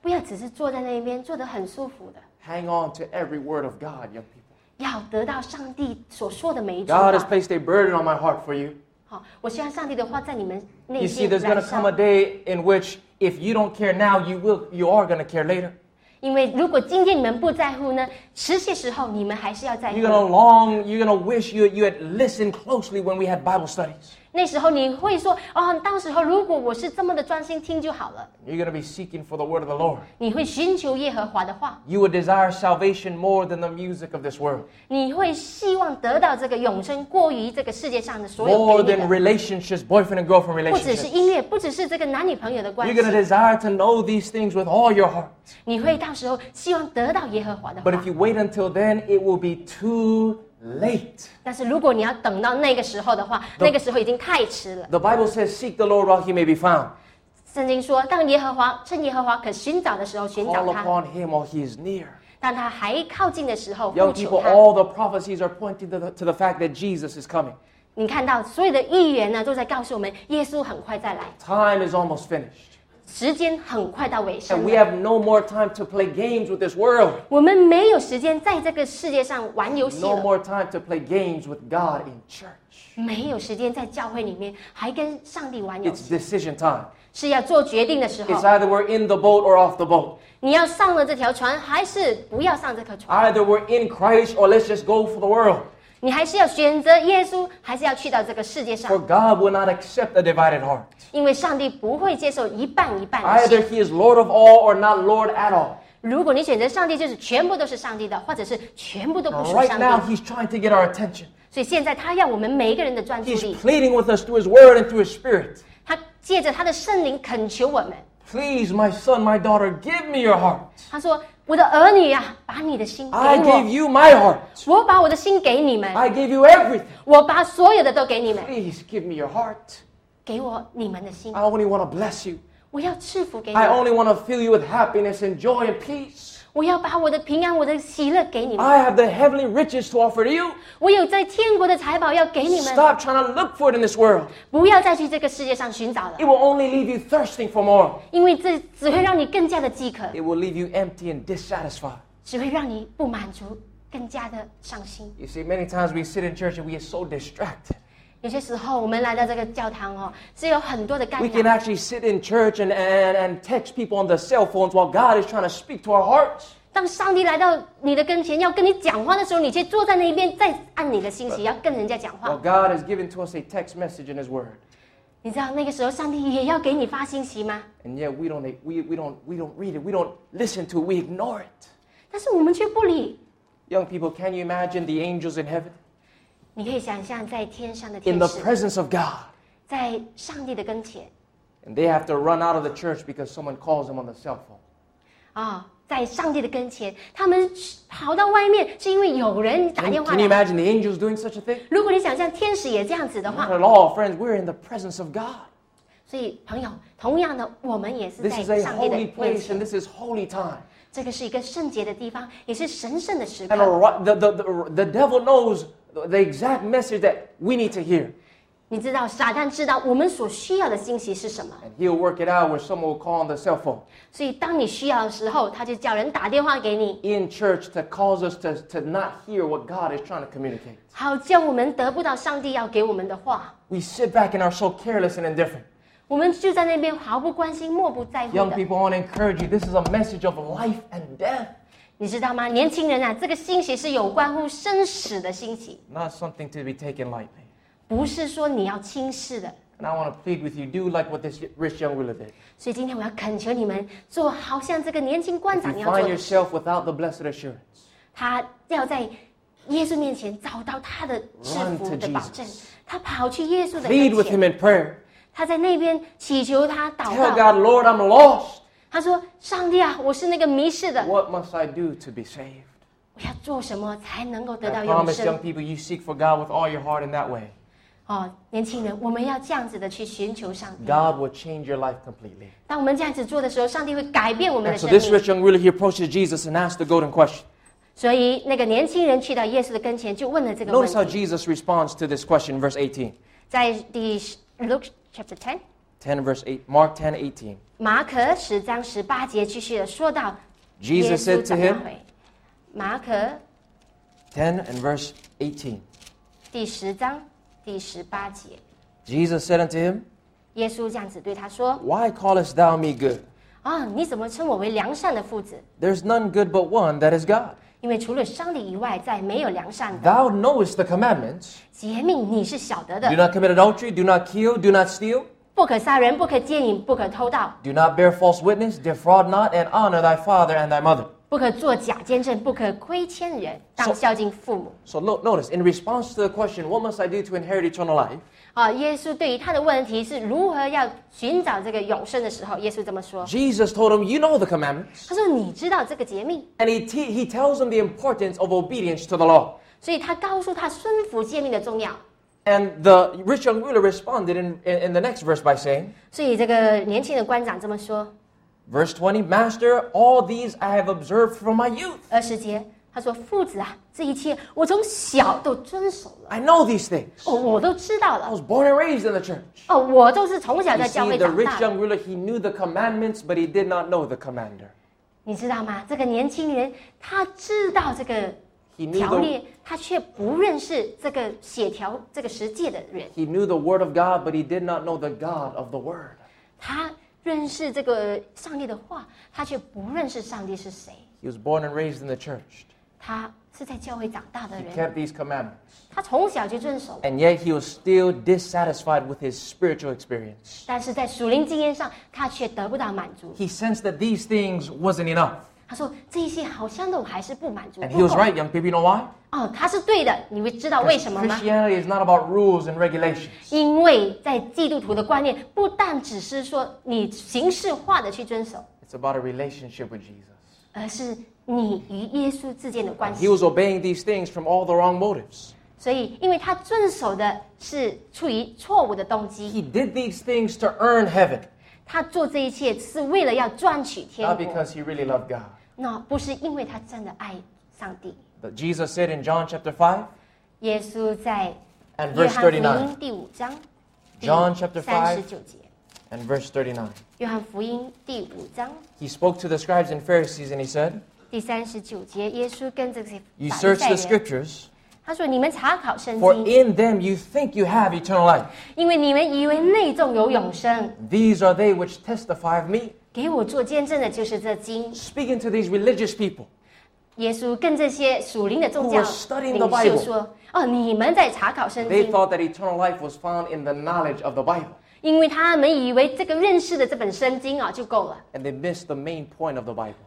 B: 不要只是坐在那边坐得很舒服的，
A: Hang on to every word of God, young people.
B: 要得到上帝所说的每一句
A: God has
B: 话。
A: placed a burden on my heart for you.
B: 好，我希望上帝的话在你们
A: You
B: 内
A: see,
B: 心
A: there's going
B: 燃
A: to come a
B: 烧。
A: day in which if you don't care now, you will you are going to care later.
B: 因为如果今天你们不在乎呢，迟些时候你们还是要在
A: You're going
B: 乎。
A: to long, you're going to wish you you had listened closely when we had Bible studies.
B: 那时候你会说：“哦，到时候如果我是这么的专心听就好了。
A: You're going to be seeking for the word of the Lord. ”
B: 你会寻求耶和华的话，
A: You would desire salvation more than the music of this world,
B: 你会希望得到这个永生，过于这个世界上的所有
A: more
B: 给你
A: than
B: 的。
A: relationships, boyfriend and girlfriend
B: 不只是
A: relationships.
B: 音乐，不只是这个男女朋友的关
A: You're going to
B: 系，
A: desire to know these things with all your heart.
B: 你会到时候希望得到耶和华的话
A: But。if you wait until then, it will be too late.
B: 但是如果你要等到那个时候的话，那个时候已经太迟了。
A: The Bible says, Seek the Lord while he may be found,
B: 圣经说，当耶和华趁耶和华可寻找的时候寻
A: call
B: 找他，
A: upon him while he is near. 当他还靠近的时候，呼求他。
B: 当他还靠近的时候
A: Young people,
B: 呼
A: 哦
B: 求他。
A: all the prophecies are pointing to the, to the fact that Jesus is coming.
B: 你看到所有的预言呢，都在告诉我们，耶稣很快再来，
A: Time is almost finished.
B: 时间很快到尾
A: And
B: 声
A: we
B: 了。
A: have no more time to play games with this world,
B: 我们没有时间在这个世界上玩游戏
A: no
B: 了，
A: more time to play games with God in church.
B: 没有时间在教会里面还跟上帝玩游
A: It's
B: 戏，
A: decision time.
B: 是要做决定的时
A: It's
B: 候。
A: either we're in the boat or off the boat.
B: 你要上了这条船，还是不要上这条船？
A: Either we're in Christ or let's just go for the world.
B: 你还是要选择耶稣，还是要去到这个世界上
A: For？God will not accept a divided heart.
B: 因为上帝不会接受一半一半的
A: Either
B: 心。
A: He is Lord of all or not Lord at all.
B: 如果你选择上帝，就是全部都是上帝的，或者是全部都不
A: Now,
B: 属
A: right
B: 上
A: now,
B: 帝。
A: He's trying to get our attention.
B: 所以现在他要我们每一个人的专注
A: He's
B: 力，
A: pleading with us through His Word and through His Spirit.
B: 他借着他的圣灵恳求我们。
A: Please, my son, my daughter, give me your heart.
B: 他说：“我的儿女呀、把你的心给
A: I gave
B: 我，
A: you my heart.
B: 我把我的心给你们，
A: I gave you everything.
B: 我把所有的都给你们，
A: Please give me your heart.
B: 给我你们的心，
A: I only want to bless you.
B: 我要赐福给你
A: I
B: 们，
A: only want to fill you with happiness and joy and peace.
B: 我要把我的平安、我的喜乐给你们，
A: I have the heavenly riches to offer to you.
B: 我有在天国的财宝要给你们，
A: Stop trying to look for it in this world.
B: 不要再去这个世界上寻找了
A: It，will only leave you thirsting for more.
B: 因为这只会让你更加的饥渴，
A: It will leave you empty and dissatisfied.
B: 只会让你不满足，更加的伤心。
A: You see, many times we sit in church and we get so distracted.
B: 有些时候，我们来到这个教堂哦，是有很多的干
A: We
B: 扰
A: can。actually sit in church and, and, and text people on their cell phones while God is trying to speak to our hearts.
B: 当上帝来到你的跟前要跟你讲话的时候，你却坐在那一边，再按你的心情要跟人家讲
A: While
B: 话。
A: God has given to us a text message in His Word.
B: 你知道那个时候上帝也要给你发信息吗？
A: And yet we don't, we, we, don't, we don't read it, we don't listen to it, we ignore it.
B: 但是我们却不理。
A: Young people, can you imagine the angels in heaven?
B: 你可以想象在天上的
A: In
B: 天
A: the
B: 使，
A: presence of God.
B: 在上帝的跟前
A: And they have to run out of the church because someone calls them on the cell phone.
B: 啊、在上帝的跟前，他们跑到外面是因为有人打
A: Can,
B: 电话
A: 嗯 can you
B: 来。
A: imagine the angels doing such a thing?
B: 如果你想象天使也这样子的
A: Not
B: 话，
A: at all, friends. We're in the presence of God.
B: 所以朋友，同样的，我们也是
A: This
B: 在
A: is a
B: 上帝的
A: holy
B: 面
A: place
B: 前
A: and，this is holy time.
B: 这个是一个圣洁的地方，也是神圣的时
A: And
B: 刻。
A: ar- the, the, the, the devil knows the exact message that we need to hear.
B: 你知道撒旦知道我们所需要的信息是什么，
A: And he'll work it out where someone will call on the cell phone
B: 所以当你需要的时候，他就叫人打电话给你，
A: in church to cause us to, to not hear what God is trying to communicate.
B: 好叫我们得不到上帝要给我们的话。
A: We sit back and are so careless and indifferent.
B: 我们就在那边毫不关心、漠不在乎
A: Young
B: 的，
A: people, I want to encourage you. This is a message of life and death,
B: 你知道吗？年轻人啊，这个信息是有关乎生死的信息，
A: not something to be taken lightly.
B: 不是说你要轻视的。
A: And I want to plead with you do like what this rich young ruler did.
B: 所以今天我要恳求你们做好像这个年轻官
A: If
B: 长
A: you
B: 要做
A: find
B: 的，
A: yourself without the blessed assurance,
B: 他要在耶稣面前找到他的制
A: Run to
B: 服的保证
A: Jesus，
B: 他跑去耶稣的
A: plead
B: 跟
A: with
B: 前
A: him，in prayer.
B: 他在那边祈求他祷
A: Tell
B: 告。
A: God, Lord, I'm lost.
B: 他说：“上帝啊，我是那个迷失的，
A: What must I do to be saved?
B: 我要做什么才能够得
A: I
B: 到永
A: promise, young
B: 生
A: people, you seek for God with all your heart in that way.？”
B: 哦，年轻人，我们要这样子的去寻求上帝。
A: God will change your life completely.
B: 当我们这样子做的时候，上帝会改变我们的
A: And so
B: 生
A: this
B: 命。
A: rich young ruler, he approaches Jesus and asks the golden question.
B: 所以，那个年轻人去到耶稣的跟前，就问了这个
A: Notice how
B: 问题。
A: Jesus responds to this question, verse 18.
B: 在第十 Luke chapter ten，
A: 10 verse 8, Mark 10, 18.
B: 马可十章十八节继续的说到耶
A: Jesus
B: 稣
A: said to
B: 怎么
A: him,
B: 回？马可
A: 10 and verse 18.
B: 第十章第十八节，
A: Jesus said unto him,
B: 耶稣这样子对他说
A: Why callest thou me good?：“
B: 啊，你怎么称我为良善的父子？”
A: There's none good but one, that is God.
B: 因为除了上帝以外，再没有良善的。
A: Thou knowest the commandments
B: 诫命你是晓得
A: do
B: 的，
A: not commit adultery, do not kill, do not steal,
B: 不可杀人，不可奸淫，不可偷盗，
A: do not bear false witness, defraud not, and honor thy father and thy mother.
B: 不可作假见证，不可亏欠人，当孝敬父母。
A: So no- notice, in response to the question, What must I do to inherit eternal life?
B: 啊，耶稣对于他的问题是如何要寻找这个永生的时候，耶稣这么说：
A: Jesus told him, You know the commandments.
B: 他说你知道这个诫命，
A: And he, te- he tells him the importance of obedience to the law.
B: 所以他告诉他顺服诫命的重要。
A: And the rich young ruler responded in, in, in the next verse by saying,
B: 所以这个年轻的官长这么说，
A: Verse 20, Master, all these I have observed from my youth.
B: 二十节，他说父子啊，这一切我从小都遵守了，
A: I know these things.
B: 哦，我都知道
A: I
B: 了，
A: was born and raised in the church.
B: 哦，我都是从小
A: You
B: 在教
A: see,
B: 会
A: the
B: 长
A: rich
B: 大的。
A: young ruler, he knew the commandments, but he did not know the commander.
B: 你知道吗？这个年轻人他知道这个
A: He knew
B: 条
A: the,
B: 例，他却不认识这个写条、这个实际的人。
A: he knew the word of God, but he did not know the God of the word.
B: 他认识这个上帝的话，他却不认识上帝是谁。
A: He was born and raised in the church.
B: 他是在教会长大的
A: He
B: 人，
A: kept these commandments.
B: 他从小就遵守，
A: And yet he was still dissatisfied with his spiritual experience.
B: 但是在属灵经验上，他却得不到满足。
A: He sensed that these things wasn't enough.
B: 他说这一些好像都还是不满足
A: And
B: 不
A: he was
B: 够
A: right, young people. You know why?
B: 哦，他是对的，你会知道为什么吗？
A: Christianity is not about rules and regulations.
B: 因为在基督徒的观念，不但只是说你形式化的去遵守，
A: It's about a relationship with Jesus.
B: 而是你与耶稣之间的关
A: He
B: 系。
A: was obeying these things from all the wrong motives.
B: 所以，因为他遵守的是出于错误的动机，
A: He did these things to earn heaven,
B: 他做这一切是为了要赚取天
A: not
B: 国，
A: 啊 because he really loved God.
B: 那不是因为他真的爱上帝。
A: But Jesus said in John chapter 5
B: 耶稣在
A: and
B: 约
A: verse
B: 翰福
A: 39.
B: 音第五章
A: John chapter
B: 三十
A: 5
B: 九节，
A: and verse 39.
B: 约翰福音第五章
A: He spoke to the scribes and Pharisees and he said,
B: 第三十九节，耶稣跟这些
A: You
B: 法利
A: search
B: 赛
A: the
B: 人，
A: scriptures,
B: 他说：“你们查考圣
A: for
B: 经，
A: in them you think you have eternal life.
B: 因为你们以为内中有永生，
A: These are they which testify of me.
B: 给我做见证的就是这经。
A: Speaking to these religious people, ”
B: 耶稣跟这些属灵的宗教
A: Who were studying
B: 领
A: the
B: 袖
A: Bible.
B: 说：“哦，你们在查考圣
A: they
B: 经，
A: thought that eternal life was found in the knowledge of the Bible,
B: 因为他们以为这个认识的这本圣经啊就够了，
A: and they missed the main point of the Bible.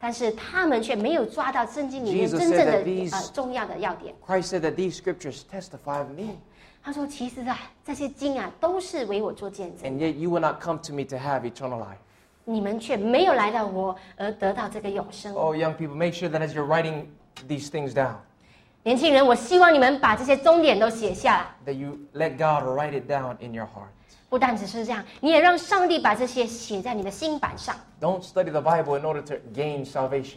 B: 但是他们却没有抓到圣经里面
A: Jesus
B: 真正
A: said that
B: 的
A: these-
B: 呃重要的要点。”
A: Christ said that these scriptures testify of me,
B: 他说：“其实啊，这些经啊，都是为我做见证，
A: and yet you will not come to me to have eternal life.
B: 你们却没有来到我，而得到这个永生。
A: Oh, young people, make sure that as you're writing these things down,
B: 年轻人，我希望你们把这些终点都写下来。
A: that you let God write it down in your heart.
B: 不但只是这样，你也让上帝把这些写在你的心板上。
A: Don't study the Bible in order to gain salvation.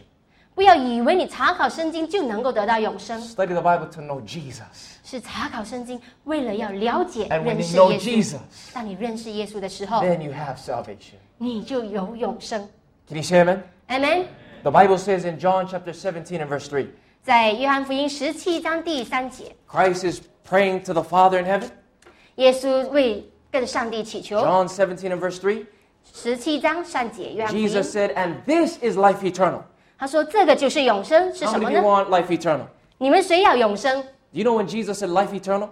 B: 不要以为你查考圣经就能够得到永生，
A: Study the Bible to know Jesus.
B: 是查考圣经为了要了解
A: And when
B: 认
A: you
B: 识
A: know
B: 耶稣。
A: Jesus,
B: 当你认识耶稣的时候，
A: then you have salvation.
B: 你就有永生。
A: Can you say amen?
B: Amen。
A: The Bible says in John chapter 17 and verse 3,
B: 在约翰福音十七章第三节，
A: Christ is praying to the Father in heaven.
B: 耶稣为跟上帝祈求。
A: John 17 and verse 3,
B: 十七章善解约翰福音
A: Jesus said, And this is life eternal.
B: 他说：“这个就是永生是
A: How many
B: 什么
A: of you
B: 呢？
A: want life eternal?
B: 你们谁要永生？
A: Do you know when Jesus said life eternal?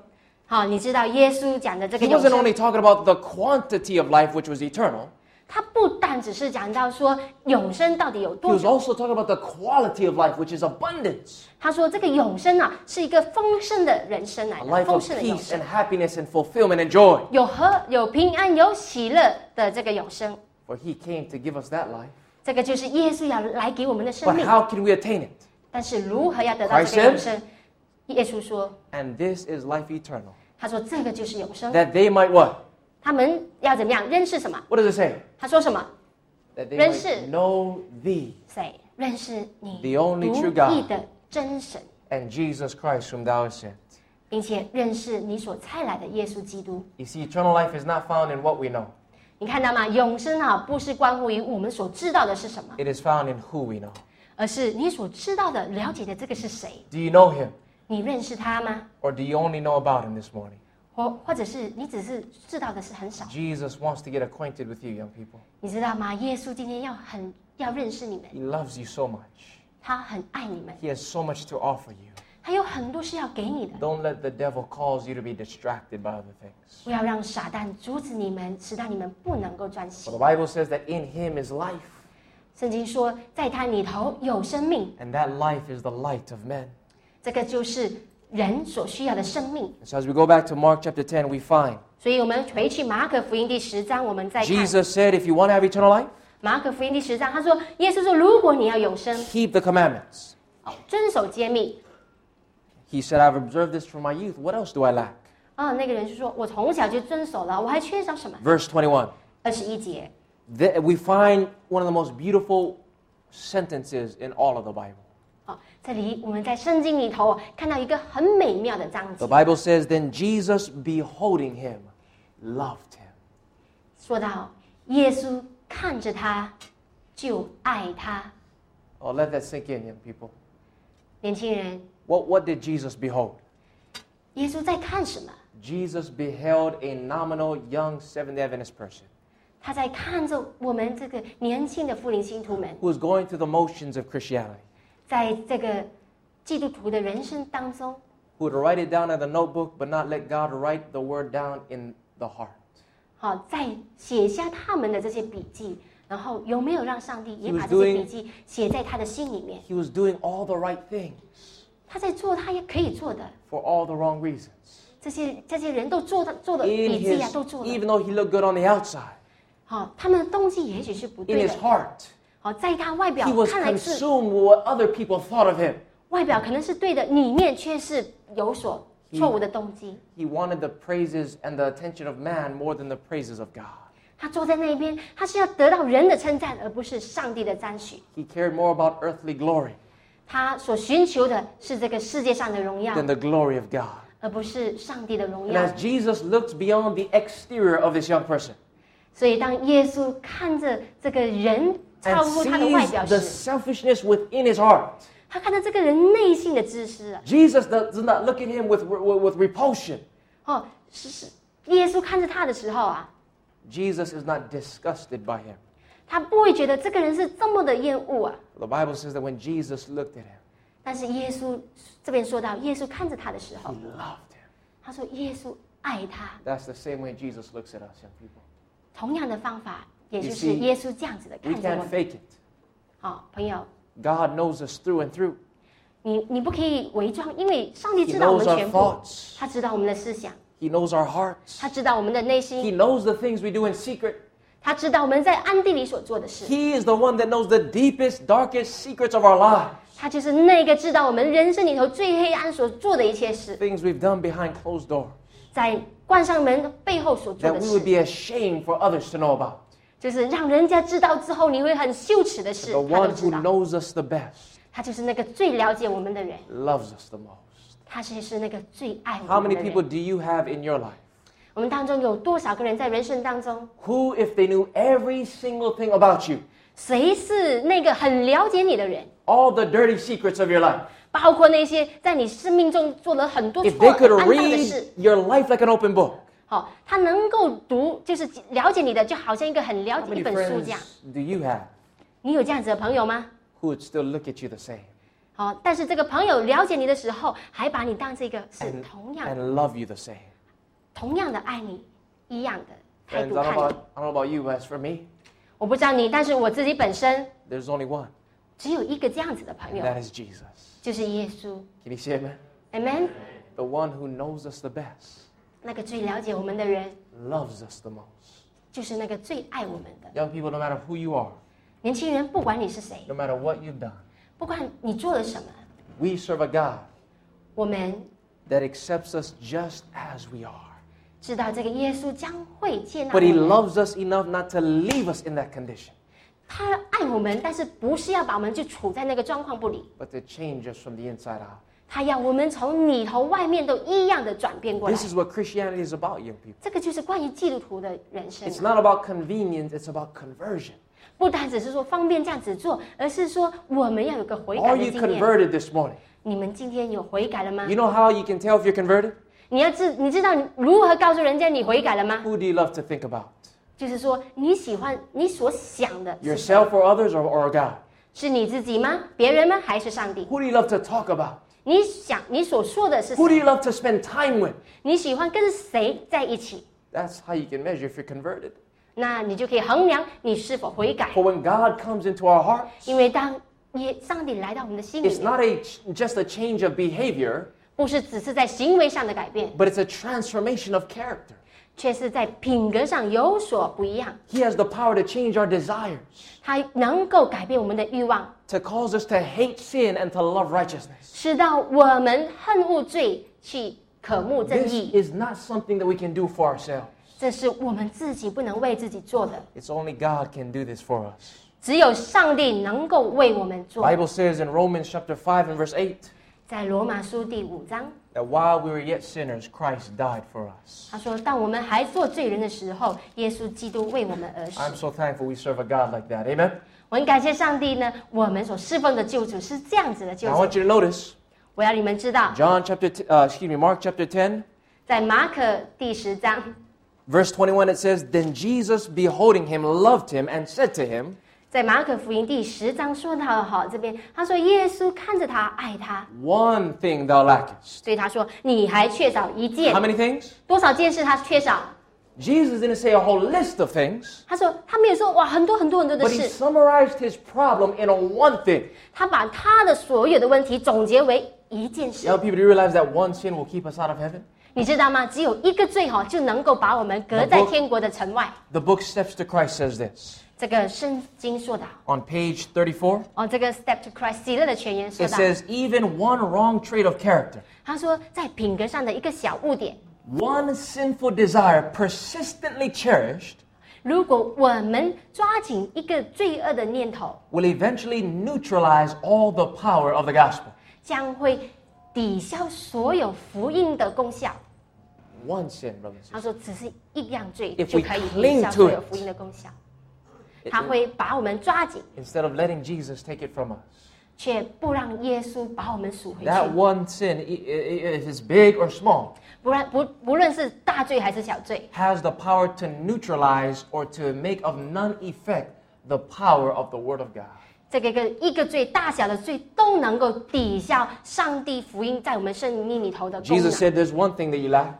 B: 好，你知道耶稣讲的这个
A: He
B: 永
A: wasn't
B: 生，
A: only talking about the quantity of life, which was eternal,
B: 他不但只是讲到说永生到底有
A: he
B: 多
A: was
B: 久，
A: also talking about the quality of life, which is abundance,
B: 他说这个永生啊是一个丰盛的人生来
A: a
B: 的，
A: life
B: 丰
A: of
B: 盛的永
A: peace
B: 生，
A: and happiness and fulfillment and joy.
B: 有和有平安有喜乐的这个永生，
A: For he came to give us that life.
B: 这个就是耶稣要来给我们的生
A: But
B: 命。
A: how can we attain it?
B: 但是如何要得到这个
A: Christ
B: 永生？耶稣说
A: And this is life eternal.：“
B: 他说这个就是永生。
A: That they might what? ”
B: 他们要怎么样认识什么？
A: What does it say?
B: 他说什么？
A: That they
B: Renshi.
A: might know thee
B: 谁认识你
A: The only
B: 独
A: true
B: 一
A: God
B: 的真神，
A: and Jesus Christ whom thou hast sent.
B: 并且认识你所差来的耶稣基督。
A: You see, eternal life is not found in what we know.
B: 你看到吗？永生啊，不是关乎于我们所知道的是什么，
A: It is found in who we know.
B: 而是你所知道的、了解的这个是谁。
A: Do you know him?
B: 你认识他吗？
A: Or do you only know about him this morning?
B: 或或者是你只是知道的是很少，
A: Jesus wants to get acquainted with you, young people.
B: 你知道吗？耶稣今天要很要认识你们，
A: He loves you so much.
B: 他很爱你们，
A: He has so much to offer you.
B: 他有很多事要给你的。
A: Don't let the devil cause you to be distracted by other things.
B: 不要让傻蛋阻止你们，使到你们不能够
A: For
B: 专心
A: the。Bible says that in him is life,
B: 圣经说，在他里头有生命，
A: and that life is the light of men.
B: 这个就是人所需要的生命。
A: And so as we go back to Mark chapter 10, we find
B: 所以，我们回去马可福音第十章，我们再看
A: Jesus said, if you want to have eternal life,
B: 马可福音第十章，他说：“耶稣说，如果你要永生，
A: keep the commandments.
B: 哦，遵守诫命。
A: He said, I've observed this from my youth. What else do I lack? ”
B: 啊，那个人就说：“我从小就遵守了，我还缺少什么
A: Verse 21.？”
B: 二十一节，
A: Th- we find one of the most beautiful sentences in all of the Bible.
B: 哦，这里我们在圣经里头哦看到一个很美妙的章
A: The
B: 节，
A: Bible says, Then Jesus, beholding him, loved him.
B: 说到耶稣看着他就爱他。
A: Oh, let that sink in, young people.
B: 年轻人，
A: What, what did Jesus behold?
B: 耶稣在看什么？
A: Jesus beheld a nominal young Seventh day Adventist person
B: 他在看着我们这个年轻的富林信徒们。
A: who was going through the motions of Christianity,
B: 在这个基督徒的人生当中，
A: who would write it down in the notebook but not let God write the word down in the heart.
B: 好，在写下他们的这些笔记，然后有没有让上帝也
A: He was
B: 把这些
A: doing-
B: 笔记写在他的心里面？
A: He was doing all the right things
B: 他在做他也可以做的，
A: for all the wrong reasons.
B: 这些这些人都做的做的
A: In
B: 笔记啊
A: his,
B: 都做了，
A: even though he looked good on the outside,
B: 好、他们的动机也许是不
A: in his
B: 对的，
A: heart,
B: 好、在他外表
A: he was
B: 看来是
A: consumed with what other people thought of him.
B: 外表可能是对的，里面却是有所错误的动机。
A: He wanted the praises and the attention of man more than the praises of God.
B: 他坐在那边，他是要得到人的称赞，而不是上帝的赞许。
A: He cared more about earthly glory
B: 他所寻求的是这个世界上的荣耀
A: than，the glory of God.
B: 而不是上帝的荣
A: And
B: 耀
A: as。Jesus looked beyond the exterior of this young person
B: 所以，当耶稣看着这个人超
A: and
B: 乎他的外
A: sees
B: 表
A: the
B: 时，
A: selfishness within his heart,
B: 他看到这个人内心的自私啊！
A: Jesus does does not look at him with, with, with repulsion.
B: 哦，是是，耶稣看着他的时候啊，
A: Jesus is not disgusted by him.
B: 他不会觉得这个人是这么的厌恶啊。
A: The Bible says that when Jesus looked at him,
B: 但是耶稣这边说到，耶稣看着他的时候
A: he，loved him.
B: 他说耶稣爱他。
A: That's the same way Jesus looks at us, young people.
B: 同样的方法，也就
A: You
B: 是
A: see,
B: 耶稣这样子的
A: We
B: 看着我
A: can't
B: 们。
A: fake it.
B: 好、朋友，
A: God knows us through and through.
B: 你你不可以伪装，因为上帝
A: He
B: 知道我
A: knows
B: 们
A: our
B: 全部，
A: thoughts.
B: 他知道我们的思想，
A: He knows our hearts.
B: 他知道我们的内
A: He
B: 心，
A: knows the things we do in secret.
B: 他知道我们在暗地里所做的事，
A: He is the one that knows the deepest, darkest secrets of our lives.
B: 他就是那个知道我们人生里头最黑暗所做的一切事，
A: Things we've done behind closed doors
B: 在关上门背后所做
A: that
B: 的
A: we would
B: 事，
A: be ashamed for others to know about.
B: 就是让人家知道之后你会很羞耻的事
A: The，
B: 他
A: one
B: 都知
A: who
B: 道。
A: knows us the best
B: 他就是那个最了解我们的人，
A: loves us the most.
B: 他其实是那个最爱我
A: How
B: 们
A: many
B: 的
A: people
B: 人。
A: do you have in your life
B: 我们当中有多少个人在人生当中？
A: who, if they knew every single thing about you,
B: 谁是那个很了解你的人？
A: all the dirty secrets of your life,
B: 包括那些在你生命中做了很多
A: if
B: 错
A: they could
B: 肮脏的
A: read
B: 事，
A: your life like an open book,
B: 好、他能够读，就是了解你的，就好像一个很了
A: how
B: 解
A: many
B: 一本书这样。
A: friends do you have
B: 你有这样子的朋友吗？
A: who would still look at you the same
B: 好、但是这个朋友了解你的时候，还把你当成一个是同样
A: and love you the same?
B: 同样的爱你一样的态
A: Friends,
B: 度
A: I don't, know
B: 看你。
A: about, I don't know about you, but as for me,
B: 我不知道你，但是我自己本身
A: there's only one,
B: 只有一个这样子的朋
A: and
B: 友，
A: that is Jesus.
B: 就是耶稣。
A: Can you say amen?
B: Amen。
A: The one who knows us the best,
B: 那个最了解我们的人，
A: loves us the most.
B: 就是那个最爱我们的
A: Young people, no matter who you are,
B: 年轻人。不管你是谁，
A: no matter what you've done,
B: 不管你做了什么，
A: we serve a God
B: 我们
A: that accepts us just as we are.
B: 知道这个耶稣将会接纳我
A: But He
B: 们，
A: loves us enough not to leave us in that condition,
B: 他爱我们，但是不是要把我们就处在那个状况不里？
A: but to change us from the inside out.
B: 他要我们从里头外面都一样的转变过来
A: This。is what Christianity is about, young people.
B: 这个就是关于基督徒的人生
A: It's
B: 啊，
A: not about convenience, it's about conversion.
B: 不单只是说方便这样子做，而是说我们要有个悔改
A: Are
B: 的
A: you
B: 经验。
A: converted this morning?
B: 你们今天有悔改了吗
A: You？know how you can tell if you're converted?
B: 你要知你知道你如何告诉人家你悔改了吗？
A: Who do you love to think about?
B: 就是说你喜欢你所想的是
A: Yourself or others or, or God?
B: 是你自己吗？别人吗？还是上帝？
A: Who do you love to talk about?
B: 你想你所说的是
A: Who do
B: 谁？
A: you love to spend time with?
B: 你喜欢跟谁在一起？
A: That's how you can measure if you're converted.
B: 那你就可以衡量你是否悔改。
A: For when God comes into our hearts,
B: 因为当耶上帝来到我们的心里
A: it's
B: 面，
A: not a just a change of behavior,
B: 不是只是在行为上的改变，
A: but it's a transformation of character.
B: 却是在品格上有所不一样。
A: He has the power to change our desires,
B: 他能够改变我们的欲望，
A: to cause us to hate sin and to love righteousness.
B: 使到我们恨恶罪，去渴慕正
A: This
B: 义。
A: is not something that we can do for ourselves.
B: 这是我们自己不能为自己做的，
A: It's only God can do this for us.
B: 只有上帝能够为我们做。
A: Bible says in Romans chapter 5 and verse 8
B: 在罗马书第五章，
A: that while we were yet sinners, Christ died for us.
B: 他说：“当我们还做罪人的时候，耶稣基督为我们而死。”
A: I'm so thankful we serve a God like that. Amen.
B: 我很感谢上帝呢，我们所侍奉的救主是这样子的救
A: Now I want
B: 主。
A: you to notice
B: 我要你们知道，
A: John chapter, t- uh, excuse me, Mark chapter 10,
B: 在马可第十章，
A: verse 21, it says, Then Jesus, beholding him, loved him and said to him,
B: 在马可福音第十章说到了哈，这边他说耶稣看着他爱他，
A: One thing thou lackest.
B: 所以他说你还缺少一件
A: How，many things?
B: 多少件事他缺少？
A: Jesus didn't say a whole list of things,
B: 他说他没有说哇很多很多很多的
A: but he
B: 事，
A: summarized his problem in a one thing.
B: 他把他的所有的问题总结为一件
A: You know,
B: 事，
A: people, do you realize that one sin will keep us out of heaven?
B: 你知道吗？只有一个罪哈就能够把我们隔在天国的城外。
A: The book Steps to Christ says this.
B: 这个圣经说的
A: On page 34,
B: 哦，这个 Step to Christ 喜乐的全言说
A: it
B: 的，
A: says, even one wrong trait of character,
B: 他说在品格上的一个小误点，
A: one sinful desire persistently cherished,
B: 如果我们抓紧一个罪恶的念头，
A: will eventually neutralize all the power of the gospel.
B: 将会抵消所有福音的功效。
A: One sin, brothers. and sisters.
B: 他说，只是一样罪
A: If
B: 就
A: we
B: 可以
A: cling
B: 抵消
A: to
B: 所有
A: it
B: 福音的功效。他会把我们抓紧，
A: Instead of letting Jesus take it from us.
B: 却不让耶稣把我们赎回
A: That
B: 去。
A: one sin, i- i- if it's big or small,
B: 不然不不论是大罪还是小罪，
A: has the power to neutralize or to make of none effect the power of the Word of God.
B: 这个一个一个罪大小的罪都能够抵消上帝福音在我们生命里头的功能
A: Jesus。said, There's one thing that you lack.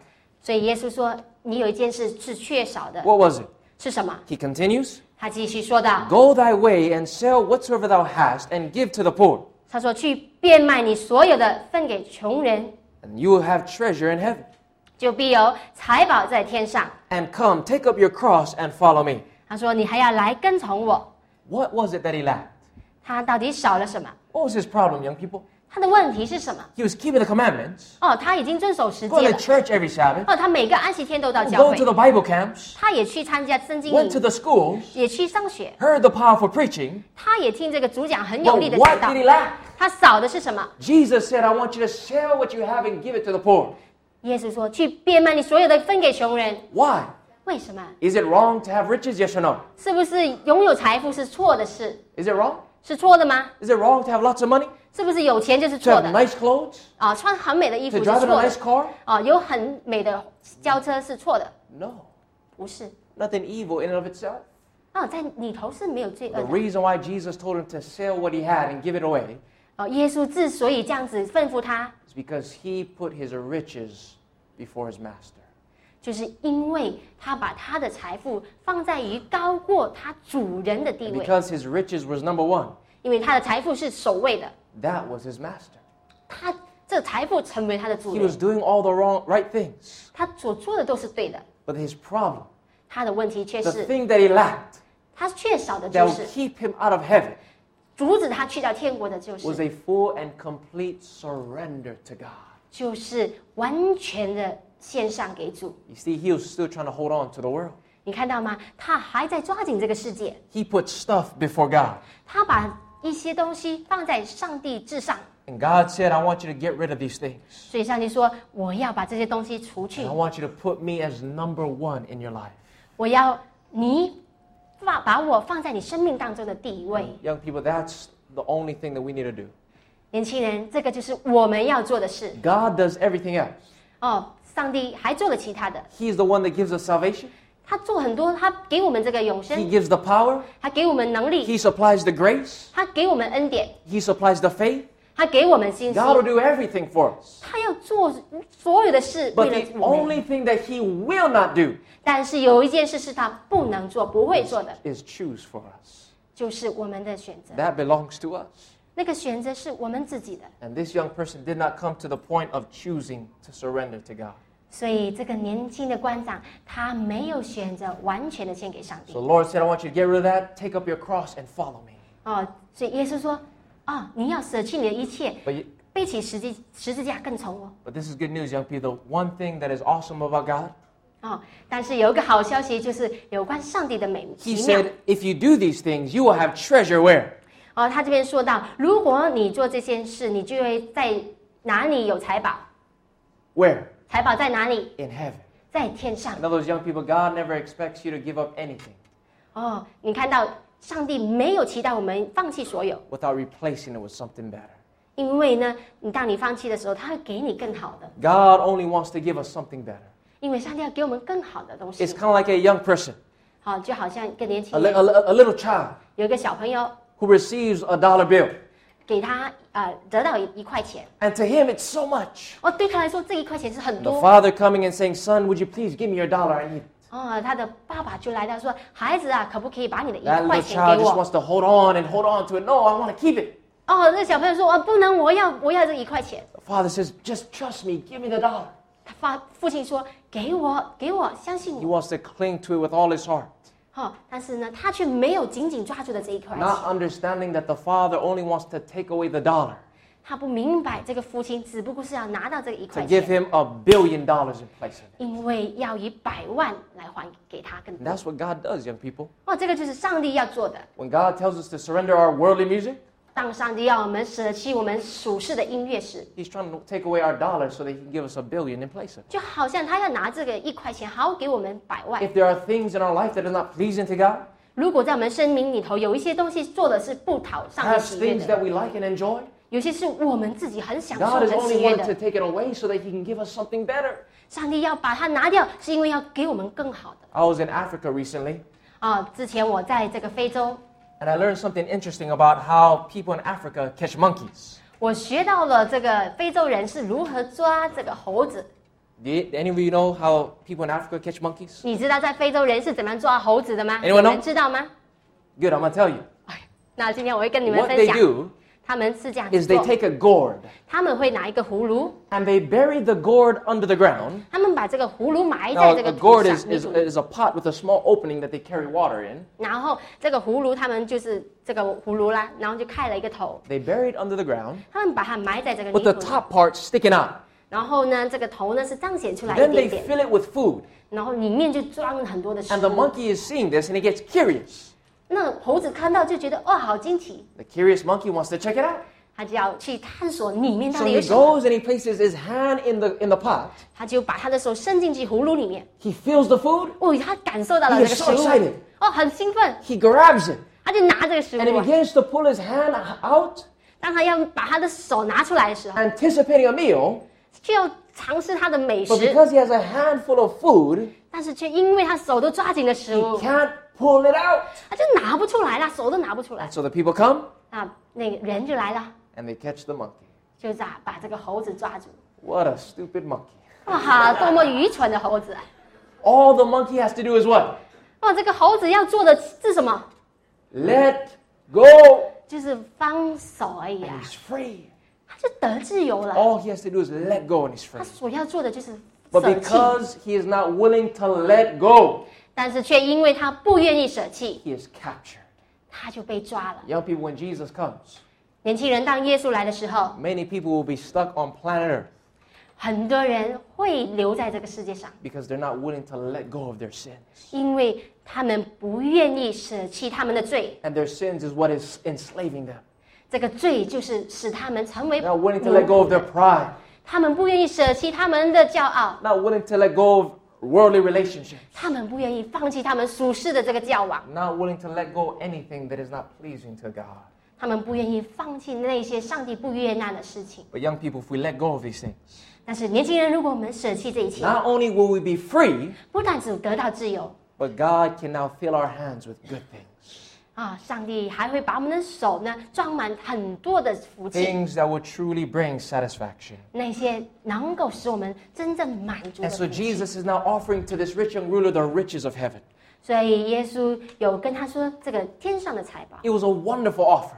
B: 所以耶稣说，你有一件事是缺少的，
A: What was it?
B: 是什么？
A: He continues,
B: 他继续说道。
A: Go thy way and sell whatsoever thou hast and give to the poor,
B: 他说：“去变卖你所有的，分给穷人，
A: and you will have treasure in heaven.
B: 就必有财宝在天上。
A: And come, take up your cross and follow me. ”
B: 他说：“你还要来跟从我。
A: What was it that he lacked? ”
B: 他到底少了什么？
A: What was his problem, young people?
B: 他的问题是什么？
A: He was keeping the commandments,
B: 哦，他已经遵守十诫
A: going
B: 了
A: to。church every Sabbath,
B: 哦，他每个安息天都到教
A: going to
B: 会，
A: the Bible camps,
B: 他也去参加圣经
A: went to
B: 营，
A: the schools,
B: 也去上学，
A: heard the powerful preaching.
B: 他也听这个主讲很有
A: But
B: 力的讲
A: what
B: 道
A: did。he lack?
B: 他少的是什么？
A: Jesus said, I want you to sell what you have and give it to the poor.
B: 耶稣说：“去变卖你所有的，分给穷人。
A: Why? ”
B: 为什么？
A: Is it wrong to have riches? Yes or no?
B: 是不是拥有财富是错的事？
A: Is it wrong?
B: 是错的吗？
A: Is it wrong to have lots of money?
B: 是不是有钱就是
A: To
B: 错
A: have
B: 的？
A: nice clothes?
B: 啊，穿很美的衣服
A: To
B: 是
A: drive
B: 错
A: in a nice
B: 的，
A: car?
B: 啊，有很美的轿车是错的，
A: No.
B: 不是。
A: Nothing evil in and of itself.
B: 啊，在里头是没有罪
A: The
B: 恶的。
A: reason why Jesus told him to sell what he had and give it away
B: 哦，耶稣之所以这样子吩咐他，
A: is because he put his riches before his master.
B: 就是因为他把他的财富放在于高过他主人的地
A: And
B: 位，
A: because his riches was number one,
B: 因为他的财富是首位的，
A: that was his master.
B: 他这财富成为他的主
A: He was
B: 人，
A: doing all the wrong, right things.
B: 他所做的都是对的。
A: But his problem,
B: 他的问题却
A: the
B: 是
A: thing that he lacked,
B: 他缺少的
A: that
B: 就是
A: will keep him out of heaven
B: 阻止他去到天国的，就
A: was
B: 是
A: a full and complete surrender to God.
B: 就是完全的献上给主。
A: You see, he was still trying to hold on to the world.
B: 你看到吗？他还在抓紧这个世界，
A: He put stuff before God.
B: 他把一些东西放在上帝之上。
A: And God said, I want you to get rid of these things.
B: 所以上帝说：“我要把这些东西除
A: And
B: 去
A: I，want you to put me as number one in your life.
B: 我要你放把我放在你生命当中的地位。
A: Young people, that's the only thing that we need to do. ”
B: 年轻人，这个就是我们要做的事
A: God does everything else.
B: 哦。上帝还做了其他的，
A: He's the one that gives us salvation,
B: 他做很多，他给我们这个永
A: He
B: 生，
A: gives the power,
B: 他给我们能力，
A: He supplies the grace,
B: 他给我们恩典，
A: He supplies the faith.
B: 他给我们信心，
A: God will do everything for us.
B: 他要做所有的事为
A: But
B: 了
A: the
B: 我们。
A: only thing that He will not do
B: 但是有一件事是他不能做、不会做的，
A: is choose for us.
B: 就是我们的选择。
A: That belongs to us.
B: 那个选择是我们自己的，
A: And this young person did not come to the point of choosing to surrender to God.
B: 所以这个年轻的官长他没有选择完全的献给上
A: So
B: 帝
A: the Lord said, I want you to get rid of that, take up your cross, and follow me.
B: 哦，所以耶稣说：“哦，你要舍弃你的一切，
A: But, you,
B: 背起十字十字架跟从我。
A: but this is good news, young people. The one thing that is awesome about God, ”
B: 哦，但是有一个好消息，就是有关上帝的美
A: He
B: 奇妙。
A: said, if you do these things, you will have treasure where?
B: 哦，他这边说到，如果你做这件事，你就会在哪里有财宝？
A: Where?
B: 财宝在哪里？
A: In heaven.
B: 在天上
A: In。other words, young people, God never expects you to give up anything
B: 哦，你看到上帝没有期待我们放弃所有，
A: without replacing it with something better.
B: 因为呢，你当你放弃的时候，他会给你更好的，
A: God only wants to give us something better.
B: 因为上帝要给我们更好的东
A: It's
B: 西。
A: kind of like a young person,
B: 好，就好像一个年
A: a,
B: 轻
A: li-
B: 人
A: a li- a little child
B: 有一个小朋友，
A: who receives a dollar bill.
B: 给他呃得到一一块钱，
A: And to him, it's so much.
B: 哦，对他来说这一块钱是很
A: The
B: 多。
A: father coming and saying, Son, would you please give me your dollar? I need it.
B: 啊，他的爸爸就来到说：“孩子啊，可不可以把你的一
A: That
B: 块
A: little
B: 钱
A: child
B: 给
A: just
B: 我
A: wants to hold on and hold on to it. No, I want to keep it.？”
B: 哦，那小朋友说：“啊，不能，我要我要这一块钱。
A: The father says, Just trust me. Give me the dollar. ”
B: 他发父亲说：“给我，给我，相信
A: He
B: 我。
A: wants to cling to it with all his heart. ”
B: 哦，但是呢，他却没有紧紧抓住的这一块钱，
A: Not understanding that the father only wants to take away the dollar,
B: 他不明白这个父亲只不过是要拿到这一
A: to
B: 块
A: give
B: 钱，
A: him a billion dollars in place of it.
B: 因为要以百万来还给他更
A: And
B: 多。
A: that's what God does, young people.
B: 哦，这个就是上帝要做的。
A: When God tells us to surrender our worldly music,
B: 当上帝要我们舍弃我们属世的音乐时，
A: He's trying to take away our dollar so that He can give us a billion in place of it.
B: 就好像他要拿这个一块钱，好给我们百万。
A: If there are things in our life that are not pleasing to God,
B: 如果在我们生命里头有一些东西做的是不讨上帝
A: perhaps
B: 喜悦
A: things
B: 的，
A: that we like and enjoy,
B: 有些是我们自己很享受、
A: God is
B: 很
A: only
B: 喜悦
A: wanting to
B: 的，
A: take it away so that He can give us something better.
B: 上帝要把它拿掉，是因为要给我们更好的。
A: I was in Africa recently,
B: 啊，之前我在这个非洲，
A: and I learned something interesting about how people in Africa catch monkeys.
B: 我学到了这个非洲人是如何抓这个猴子。
A: Did any of you know how people in Africa catch monkeys?
B: 你知道在非洲人是怎么样抓猴子的吗？你
A: Anyone know？
B: 们知道吗？
A: Good, I'm gonna tell you.
B: 哎那今天我会跟你们
A: What
B: 分
A: they
B: 享，
A: do
B: 他们是这样
A: is they
B: 做，
A: take a gourd
B: 他们会拿一个葫芦，
A: and they bury the gourd under the ground.
B: 他们把这个葫芦埋
A: Now,
B: 在这
A: a
B: 个土
A: gourd
B: 上
A: is,
B: 泥
A: is,
B: 土里
A: is a pot with a small opening that they carry water in.
B: 然后这个葫芦他们就是这个葫芦啦，然后就开了一个头，
A: They bury it under the ground
B: 他们把它埋在这个泥
A: with the
B: 土里，
A: top part sticking out.
B: 然后呢，这个头呢是彰显出来一
A: Then
B: 点
A: they
B: 点，
A: fill it with food.
B: 然后里面就装了很多的食
A: And the
B: 物。
A: monkey is seeing this and he gets curious.
B: 那猴子看到就觉得哇，哦好惊奇，
A: The curious monkey wants to check it out.
B: 他就要去探索里面到
A: So
B: 底有
A: he
B: 什么，
A: goes and he places his hand in the, in the pot.
B: 他就把他的手伸进去葫芦里面，
A: He feels the food.
B: 哦，他感受到了
A: He
B: 这
A: is
B: 个
A: so
B: 食物
A: excited.，
B: 哦，很兴奋，
A: He grabs it
B: 他就拿这个食
A: and he
B: 物啊。
A: begins to pull his hand out,
B: 当他要把他的手拿出来的时候，
A: anticipating a meal.
B: 却要尝试他的美
A: But
B: 食，
A: because he has a handful of food,
B: 但是却因为他手都抓紧了食
A: he
B: 物，
A: can't pull it out.
B: 他就拿不出来了，手都拿不出来。
A: So the people come
B: 啊，那个人就来了，
A: and they catch the monkey.
B: 就把把这个猴子抓住。
A: What a stupid monkey.
B: 哇哈，多么愚蠢的猴子啊！
A: All the monkey has to do is what?
B: 哇，这个猴子要做的是什么？
A: Let go.
B: 就是放手而已
A: And
B: 啊，
A: he's free.
B: 他就得自由了。
A: All he has to do is let go and he's free.
B: 他所要做的就是
A: 哦 But
B: 舍弃，
A: because he is not willing to let go,
B: 但是却因为他不愿意舍弃，
A: he is captured.
B: 他就被抓了。
A: Young people, when Jesus comes,
B: 年轻人，当耶稣来的时候，
A: many people will be stuck on planet Earth
B: 很多人会留在这个世界上，
A: because they're not willing to let go of their sins.
B: 因为他们不愿意舍弃他们的罪。
A: And their sins is what is enslaving them.
B: 这个罪就是使他们成为
A: They're not willing to let go of their pride,
B: 他们不愿意舍弃他们的骄傲，
A: not willing to let go of worldly relationships,
B: 他们不愿意放弃他们属世的这个教网，
A: not willing to let go of anything that is not pleasing to God.
B: 他们不愿意放弃那些上帝不悦纳的事情。
A: But young people, if we let go of these things,
B: 但是年轻人，如果我们舍弃这一切，
A: not only will we be free,
B: 不但只得到自由
A: but God can now fill our hands with good things.
B: 啊，上帝还会把我们的手呢装满很多的福气，
A: Things that will truly bring satisfaction.
B: 那些能够使我们真正满足的
A: And so
B: 福气。
A: Jesus is now offering to this rich young ruler the riches of heaven.
B: 所以耶稣有跟他说这个天上的财宝，
A: It was a wonderful offer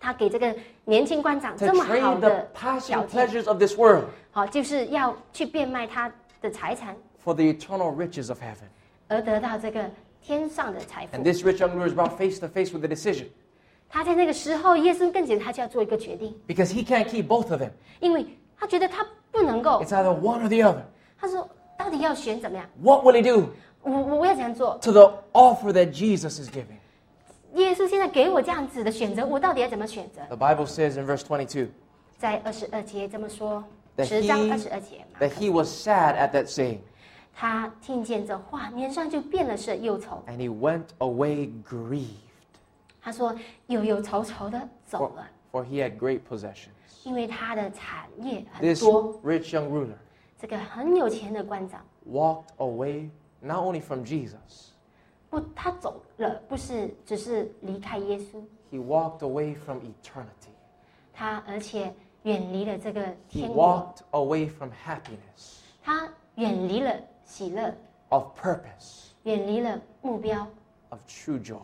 B: 他给这个年轻官长
A: to
B: 这么好
A: trade the
B: 的条
A: passing
B: 件，
A: pleasures of this world
B: 好就是要去变卖他的财产，
A: for the eternal riches of heaven.
B: 而得到这个天上的财富
A: And。this rich young ruler is brought face to face with a decision
B: 他在那个时候，耶稣更觉得他就要做一个决定，
A: because he can't keep both of them.
B: 因为他觉得他不能够。
A: It's either one or the other.
B: 他说，到底要选怎么样？
A: What will he do
B: 我我我要怎样做？
A: to the offer that Jesus is giving?
B: 耶稣现在给我这样子的选择，我到底要怎么选择？
A: The Bible says in verse 22
B: 在二十二节这么说，
A: that
B: 十章二十
A: he,
B: 二节嘛，
A: that he was sad at that saying,
B: 他听见这话，脸上就变了色，忧愁。
A: and he went away grieved,
B: 他说，忧忧愁愁的走了，
A: for he had great possessions.
B: 因为他的产业很
A: This
B: 多。
A: rich young ruler
B: 这个很有钱的官长，
A: walked away not only from Jesus,
B: 不，他走了，不是只是离开耶稣，
A: he walked away from eternity.
B: 他而且远离了这个
A: He
B: 天国，
A: walked away from happiness.
B: 他远离了喜乐，
A: of purpose,
B: 远离了目标，
A: of true joy.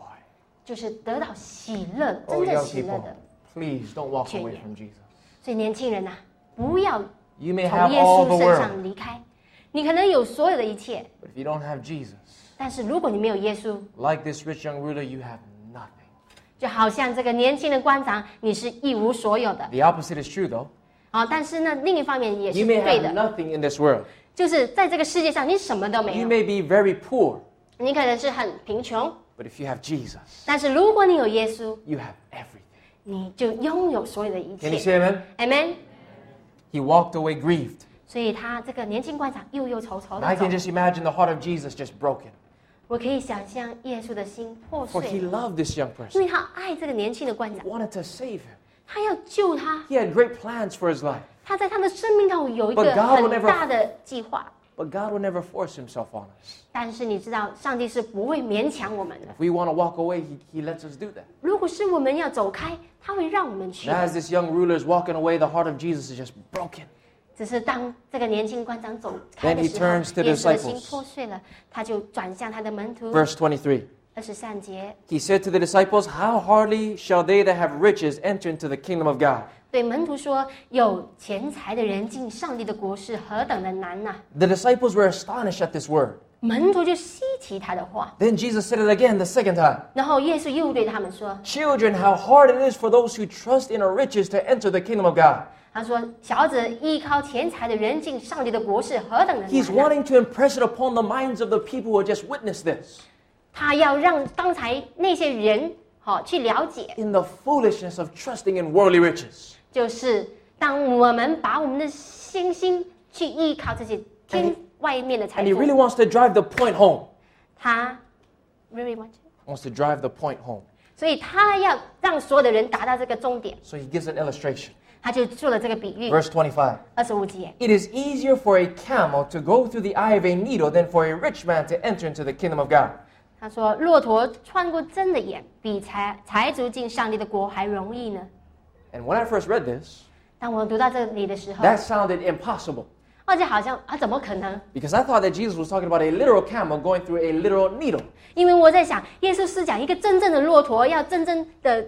B: 就是得到喜乐，
A: Oh,
B: 真正
A: young
B: 喜乐
A: people,
B: 的。
A: please don't walk
B: Chuyện
A: away
B: gì?
A: from Jesus.
B: 所以年轻人呐、啊不要
A: You may
B: 从
A: have
B: 耶
A: all the
B: 稣身
A: world,
B: 上离开。你可能有所有的一切，
A: but if you don't have Jesus,
B: 但是如果你没有耶稣，
A: like this rich young ruler, you have nothing.
B: 就好像这个年轻的官长，你是一无所有的。
A: The opposite is true, though.
B: 啊，但是呢，另一方面也是
A: You may
B: 对
A: have
B: 的，
A: nothing in this world.
B: 就是在这个世界上你什么都没
A: You
B: 有，
A: may be very poor,
B: 你可能是很贫穷，
A: but if you have Jesus,
B: 但是如果你有耶稣，
A: you have everything.
B: 你就拥有所有的一
A: Can you
B: 切。
A: say amen?
B: Amen。
A: He walked away grieved.
B: 所以他这个年轻官长忧忧愁愁
A: And I
B: 的走
A: can，just imagine the heart of Jesus just broken.
B: 我可以想象耶稣的心破
A: For he
B: 碎了，
A: loved this young
B: 因
A: person,
B: 为他爱这个年轻的官长，
A: wanted to save him.
B: 他要救他，
A: He had great plans for his life,
B: 他在他的生命中有一
A: But
B: 个
A: God will
B: 很
A: never-
B: 大的计划。
A: but God will never force himself on us.
B: 但是你知道，上帝是不会勉强我们的。
A: If we want to walk away, he, he lets us do that.
B: 如果是我们要走开，他会让我们去
A: And。as this young ruler is walking away, the heart of Jesus is just broken.
B: 只是当这个年轻官长走开
A: Then
B: 的
A: he
B: 时候，
A: turns to
B: 耶稣的
A: disciples.
B: 心破碎了，他就转向他的门徒。
A: Verse 23
B: 二十三节
A: He said to the disciples, How hardly shall they that have riches enter into the kingdom of God?
B: 对门徒说：“有钱财的人进上帝的国是何等的难呐、
A: The disciples were astonished at this word.
B: 门徒就稀奇他的话，
A: Then Jesus said it again the second time
B: 然后耶稣又对他们说
A: Children, how hard it is for those who trust in our riches to enter the kingdom of God.：‘
B: 他说，小子，依靠钱财的人进上帝的国是何等的
A: He's
B: 难、啊！
A: wanting to impress it upon the minds of the people who had just witnessed this.
B: 他要让刚才那些人好、去了解，
A: In the foolishness of trusting in worldly riches.
B: 就是当我们把我们的信心去依靠这些天
A: And-
B: 外面的财
A: And he
B: 富。”
A: really wants to drive the point home.
B: 他 very much，
A: Wants to drive the point home.
B: 所以他要让所有的人达到这个终点，
A: So he gives an illustration.
B: 他就做了这个比喻。
A: Verse 25.
B: 二十五节，
A: It is easier for a camel to go through the eye of a needle than for a rich man to enter into the kingdom of God.
B: 他说：“骆驼穿过针的眼，比财财主进上帝的国还容易呢。
A: And when I first read this, ”
B: 当我读到这里的时候，
A: that sounded impossible
B: 而且好像啊，怎么可能？
A: because I thought that Jesus was talking about a literal camel going through a literal needle.
B: 因为我在想，耶稣是讲一个真正的骆驼要真正的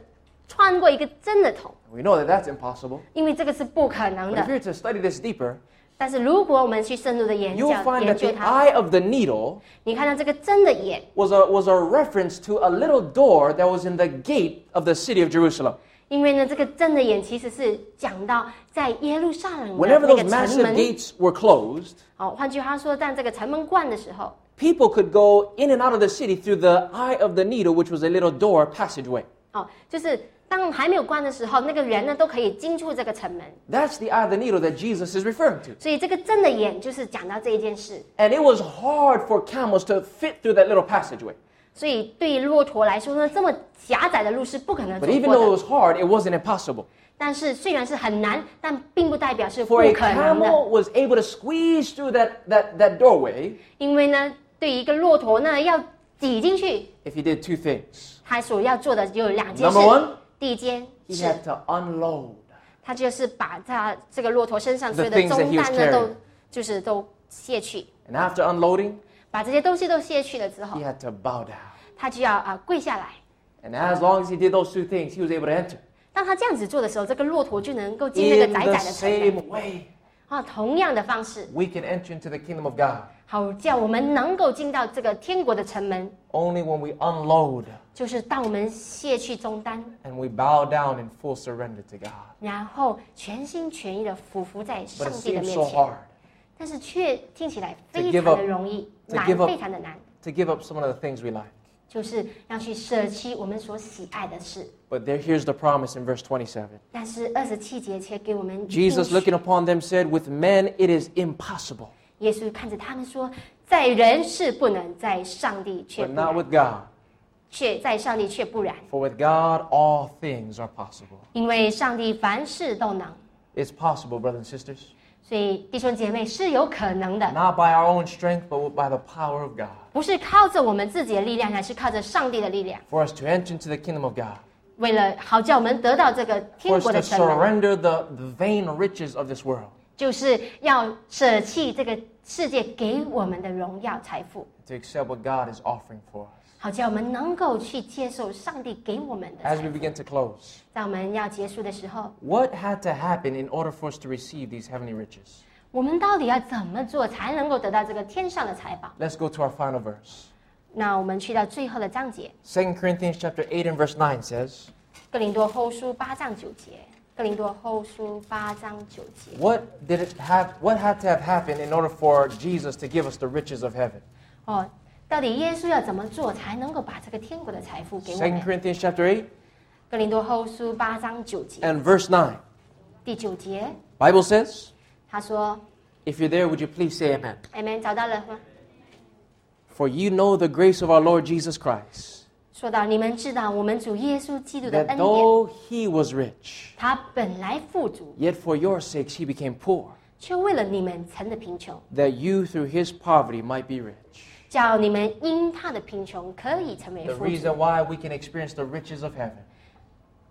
B: 穿过一个针的头，
A: We know that that's impossible.
B: 因为这个是不可能
A: But if
B: 的。
A: you're to study this deeper,
B: 但是如果我们去深入的研究
A: you'll find
B: 研
A: that
B: 究
A: the
B: 它，
A: eye of the needle
B: 你看到这个针的眼，
A: was a, was a reference to a little door that was in the gate of the city of Jerusalem.
B: 因为呢，这个真的眼其实是讲到在耶路撒冷的
A: Whenever
B: 那个
A: those
B: 城
A: massive
B: 门。
A: gates were closed,
B: 哦，换句话说，在这个城门关的时候，
A: people could go in and out of the city through the eye of the needle, which was a little door passageway.
B: 哦，就是当还没有关的时候，那个人呢都可以进出这个城门。
A: That's the eye of the needle that Jesus is referring to.
B: 所以这个真的眼就是讲到这一件事。
A: And it was hard for camels to fit through that little passageway.
B: 所以对于骆驼来说呢，这么狭窄的路是不可能
A: But
B: 走
A: even though it
B: 过的。
A: was hard, it wasn't impossible.
B: 但是虽然是很难，但并不代表是不
A: For a
B: 可能的，
A: camel was able to squeeze through that, that, that doorway
B: 因为呢，对于一个骆驼呢，要挤进去，
A: if he did two things.
B: 它所要做的有两件事
A: Number one.。
B: 第一件
A: He
B: 是
A: had to unload.
B: 他就是把他这个骆驼身上
A: The
B: 所有的
A: things that
B: 重
A: he was
B: 担呢，都
A: carrying.
B: 就是都卸去，
A: And after unloading,
B: 把这些东西都卸去了之
A: he
B: 后，
A: had to bow down.
B: 他就要啊、跪下来。
A: And as long as he did those two things, he was able to enter.
B: 当他这样子做的时候，这个骆驼就能够进那个
A: In
B: 窄
A: the
B: 窄的城门
A: same way,
B: 啊。同样的方式，
A: we can enter into the kingdom of God
B: 好叫我们能够进到这个天国的城门，
A: only when we unload
B: 就是当我们卸去重担，
A: and we bow down in full surrender to God.
B: 然后全心全意的俯伏在
A: But
B: 上
A: it
B: 帝的
A: seems
B: 面
A: so
B: 前。
A: hard
B: 但是却听起来
A: To
B: 非
A: give
B: 常
A: up-
B: 的容易，
A: to
B: 难
A: give up-
B: 非常的难，
A: to give up some of the things we like.
B: 就是要去舍弃我们所喜爱的事。
A: But there, here's the promise in verse 27.
B: 但是二十七节却给我们
A: Jesus
B: 应许
A: looking upon them said, With men it is impossible,
B: 耶稣看着他们说，在人是不能，在上帝却
A: but
B: 不
A: not
B: 然，
A: with God.
B: 却在上帝却不然，
A: For with God all things are possible.
B: 因为上帝凡事都能，
A: It's possible, brothers and sisters.
B: 所以弟兄姐妹是有可能的，
A: Not by our own strength, but by the power of God.
B: 不是靠着我们自己的力量，乃是靠着上帝的力量。
A: For us to enter into the kingdom of God.
B: 为了好叫我们得到这个
A: For
B: 天
A: us
B: 国
A: to
B: 的城门，
A: surrender the, the vain riches of this world.
B: 就是要舍弃这个世界给我们的荣耀财富，
A: to accept what God is offering for us.
B: 好叫我们能够去接受上帝给我们的财
A: As we
B: 富。
A: begin to close,
B: 在我们要结束的时候，
A: what had to happen in order for us to receive these heavenly riches?
B: 我们到底要怎么做才能够得到这个天上的财宝？
A: Let's go to our final verse.
B: 那我们去到最后的章节，
A: 2 Corinthians chapter 8 and verse 9 says,
B: 哥林多后书八章九节。哥林多后书八章九节，
A: What did it have what had to have happened in order for Jesus to give us the riches of heaven?
B: 哦，到底耶稣要怎么做才能够把这个天国的财富给我
A: 2
B: 们？
A: Corinthians chapter 8
B: 哥林多后书八章九节，
A: and verse 9.
B: 第九节，
A: Bible says,
B: 他说
A: if you're there, would you please say amen?
B: ：“Amen，找到了吗？
A: For you know the grace of our Lord Jesus Christ,
B: 说到你们知道我们主耶稣基督的
A: that
B: 恩典，
A: though he was rich,
B: 他本来富足，
A: yet for your sakes he became poor,
B: 却为了你们成了贫穷，
A: that you through his poverty might be rich.
B: 叫你们因他的贫穷可以成为
A: The
B: 富足。
A: reason why we can experience the riches of heaven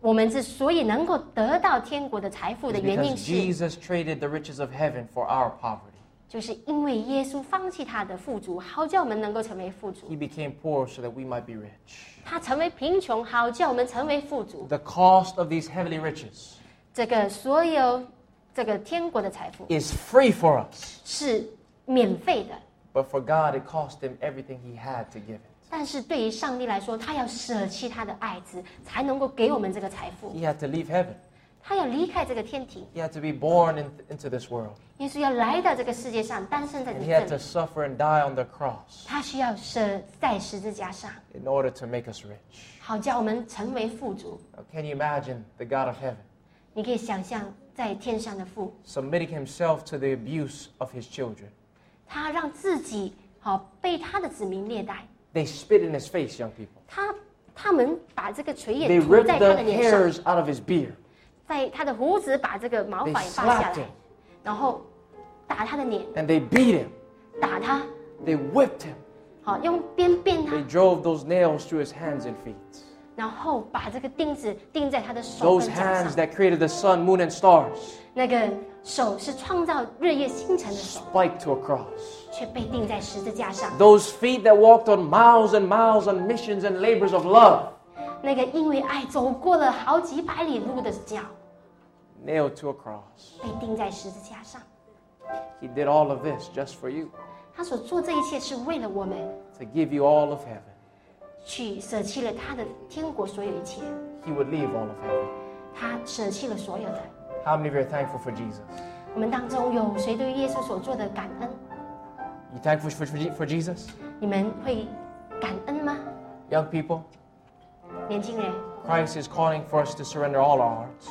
B: 我们之所以能够得到天国的财富
A: is
B: 的原因
A: because
B: 是，
A: Jesus traded the riches of heaven for our poverty.
B: 就是因为耶稣放弃他的富足，好叫我们能够成为富
A: He
B: 足；
A: became poor so that we might be rich.
B: 他成为贫穷，好叫我们成为富足。
A: The cost of these heavenly riches
B: 这个所有这个天国的财富
A: is free for us,
B: 是免费的，
A: but for God it cost him everything he had to give it.
B: 但是对于上帝来说，他要舍弃他的爱子，才能够给我们这个财富。
A: He had to leave heaven.
B: 他要离开这个天庭，
A: He had to be born in- into this world.
B: 耶稣要来到这个世界上，诞生在
A: And
B: 你
A: he had
B: 这
A: to
B: 里。
A: suffer and die on the cross
B: 他需要舍在十字架上，
A: in order to make us rich.
B: 好叫我们成为富足。
A: Now, can you imagine the God of heaven
B: 你可以想象，在天上的父，
A: submitting himself to the abuse of his children?
B: 他让自己好、被他的子民虐待，
A: They spit in his face, young people.
B: 他他们把这个锤
A: They
B: 也涂
A: ripped
B: 在他的
A: the
B: 脸上，
A: hairs out of his beard.
B: 在他的胡子把这个毛
A: They
B: 发也拔下
A: slapped
B: 来
A: him，
B: 然后打他的脸，
A: and they beat him.
B: 打他，
A: They whipped him.
B: 好、用鞭鞭
A: They
B: 他，
A: drove those nails through his hands and feet.
B: 然后把这个钉子钉在他的手
A: Those
B: 跟脚上
A: hands。that created the sun, moon, and stars
B: 那个手是创造日月星辰的手，
A: spiked to a cross.
B: 却被钉在十字架上。
A: Those feet that walked on miles and miles on missions and labors of love
B: 那个因为爱走过了好几百里路的脚，
A: nailed to a cross.
B: 被钉在十字架上。
A: He did all of this just for you
B: 他所做这一切是为了我们，
A: to give you all of heaven.
B: 去舍弃了他的天国所有一切，
A: He would leave all of heaven.
B: 他舍弃了所有的。
A: How many of you are thankful for Jesus?
B: 我们当中有谁对耶稣所做的感恩？
A: You thankful for, for, for Jesus?
B: 你们会感恩吗？
A: Young people,
B: 年轻人，
A: Christ is calling for us to surrender all our hearts.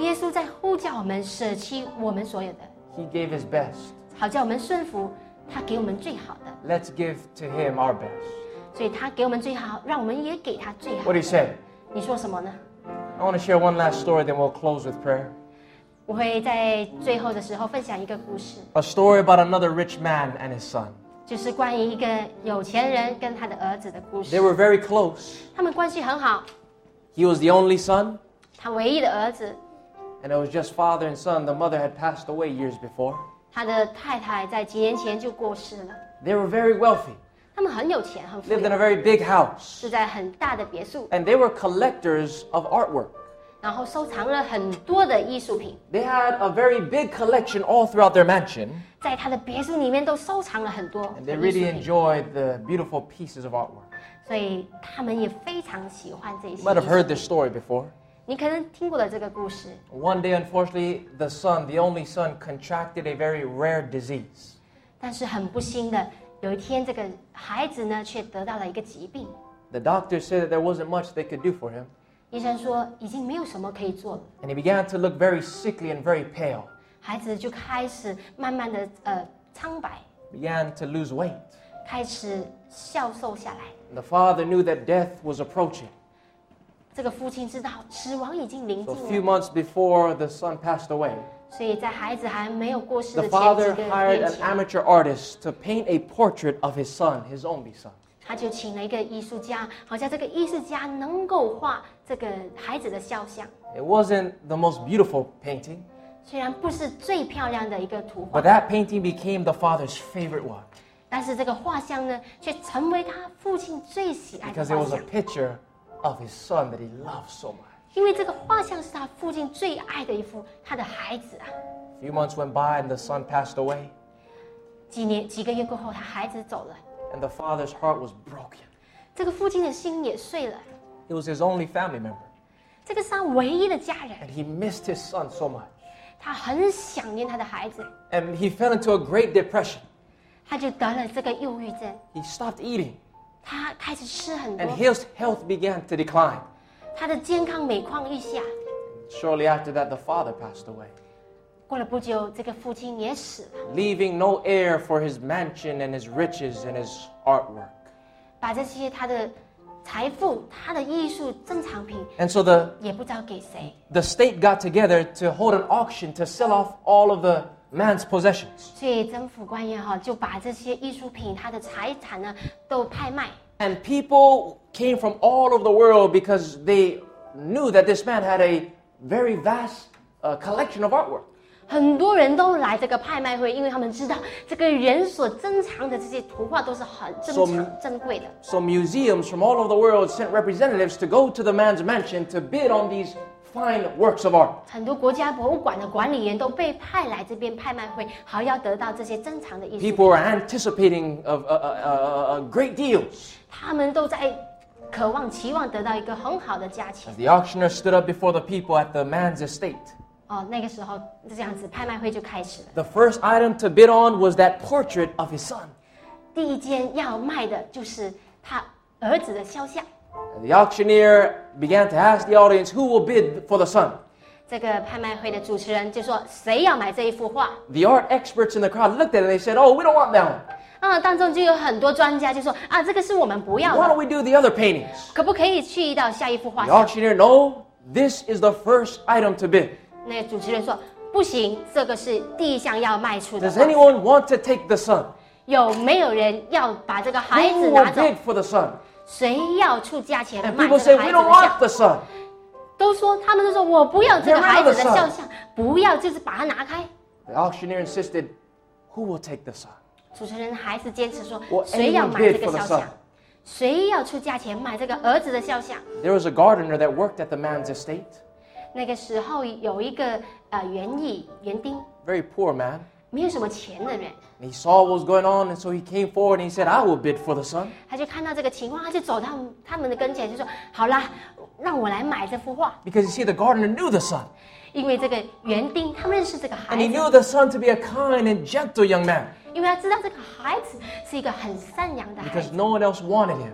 B: 耶稣在呼叫我们舍弃我们所有的，
A: He gave his best.
B: 好叫我们顺服他给我们最好的。
A: Let's give to him our best.
B: 所以他给我们最好，让我们也给他最好。
A: What do you say?
B: 你说什么呢？
A: I want to share one last story, then we'll close with prayer.
B: 我会在最后的时候分享一个故事，
A: A story about another rich man and his son.
B: 就是关于一个有钱人跟他的儿子的故
A: They
B: 事。
A: were very close.
B: 他们关系很好，
A: He was the only son,
B: 他唯一的儿子，
A: and it was just father and son. The mother had passed away years before.
B: 他的太太在几年前就过世了。
A: They were very wealthy,
B: 他们很有钱，很富
A: lived
B: 有
A: in a，very big house,
B: 住在很大的别墅，
A: and they were collectors of artwork.
B: 然后收藏了很多的艺术品，
A: They had a very big collection all throughout their mansion,
B: 在他的别墅里面都收藏了很多
A: and
B: 的
A: they
B: 艺术
A: really
B: 品，
A: enjoyed the beautiful pieces of artwork.
B: 所以他们也非常喜欢这些艺
A: You
B: 术
A: might have
B: 品。
A: heard this story before.
B: 你可能听过了这个故事，
A: One day, unfortunately, the son, the only son, contracted a very rare disease.
B: 但是很不幸的，有一天这个孩子呢却得到了一个疾病。
A: The doctors said that there wasn't much they could do for him,
B: 医生说已经没有什么可以做了，
A: and he began to look very sickly and very pale,
B: 孩子就开始慢慢的呃苍白，
A: began to lose weight.
B: 开始消瘦下来。
A: And the father knew that death was approaching.
B: 这个父亲知道死亡已经临
A: So a few
B: 近了，
A: months before the son passed away,
B: 所以在孩子还没有过世
A: the
B: 的前几
A: father
B: 个
A: hired
B: 月
A: an
B: 前，
A: amateur artist to paint a portrait of his son, his only son.
B: 他就请了一个艺术家，好像这个艺术家能够画这个孩子的肖像。
A: It wasn't the most beautiful painting,
B: 虽然不是最漂亮的一个图画
A: but，that painting became the father's favorite one
B: 但是这个画像呢，却成为他父亲最喜爱的
A: because it
B: 画
A: was a
B: 像，
A: picture of his son that he loved so much.
B: 因为这个画像是他父亲最爱的一幅他的孩子啊。
A: A few months went by and the son passed away,
B: 几年几个月过后，他孩子走了，
A: and the father's heart was broken.
B: 这个父亲的心也碎了。
A: It was his only family member,
B: 这个是他唯一的家人，
A: and he missed his son so much.
B: 他很想念他的孩子，
A: And he fell into a great depression.
B: 他就得了这个忧郁症，
A: He stopped eating,
B: 他开始吃很
A: and
B: 多，
A: his health began to decline.
B: 他的健康每况愈下。
A: Shortly after that, the father passed away,
B: 过了不久，这个父亲也死了，
A: leaving no heir for his mansion and his riches and his artwork.
B: 把这些他的财富、他的艺术珍藏品
A: And so the,
B: 也不知道给谁，
A: the state got together to hold an auction to sell off all of the man's possessions.
B: 所以政府官员哈就把这些艺术品、他的财产呢都拍卖。
A: And people came from all over the world because they knew that this man had a very vast uh, collection of artwork.
B: 很多人都来这个拍卖会，因为他们知道这个人所珍藏的这些图画都是很珍
A: 说明
B: 藏珍贵的。
A: So museums from all over the world sent representatives to go to the man's mansion to bid on these fine works of art.
B: 很多国家博物馆的管理员都被派来这边拍卖会，好要得到这些珍藏的艺术
A: People
B: 品。
A: were anticipating of uh, uh, uh, uh, great deals.
B: 他们都在渴望、期望得到一个很好的价钱
A: As。the auctioneer stood up before the people at the man's estate,
B: 哦，那个时候这样子拍卖会就开始了。
A: the first item to bid on was that portrait of his son.
B: 第一间要卖的就是他儿子的肖像。
A: And the auctioneer began to ask the audience who will bid for the son.
B: 这个拍卖会的主持人就说：“谁要买这一幅画
A: The art experts in the crowd looked at it and they said, Oh, we don't want that one.？”
B: 啊，当中就有很多专家就说：“啊，这个是我们不要
A: Why
B: 的，
A: don't we do the other paintings?
B: 可不可以去到下一幅画
A: The auctioneer, No, this is the first item to bid.？”
B: 那主持人说：“不行，这个是第一项要卖出的
A: Does
B: 画。
A: anyone want to take the son?
B: 有没有人要把这个孩子
A: Who will
B: 拿走？
A: bid for the son?
B: 谁要出价钱
A: And
B: 卖
A: people say,
B: 这个
A: We
B: 孩子
A: don't
B: 的像
A: want？” the son.
B: 都说他们都说：“我不要这
A: Get rid
B: 个
A: of
B: 孩子的
A: the son
B: 肖像，不要，就是把它拿开。”
A: The auctioneer insisted, Who will take the son?
B: 主持人还是坚持说
A: Well,：“
B: 谁要
A: anyone
B: 买这
A: bid
B: 个
A: for the
B: 肖
A: son.
B: 像？谁要出价钱买这个儿子的肖像？”
A: There was a gardener that worked at the man's estate,
B: 那个时候有一个呃园艺园丁，
A: very poor man.
B: 没有什么钱的人，
A: And he saw what was going on, and so he came forward and he said, I will bid for the son.
B: 他就看到这个情况，他就走到他们的跟前，就说：“好啦，让我来买这幅画。
A: Because you see, the gardener knew the son. ”
B: 因为这个园丁他认识这个
A: And
B: 孩
A: he
B: 子，
A: knew the son to be a kind and gentle young man
B: 因为他知道这个孩子是一个很善良的孩
A: because
B: 子，
A: no one else wanted him.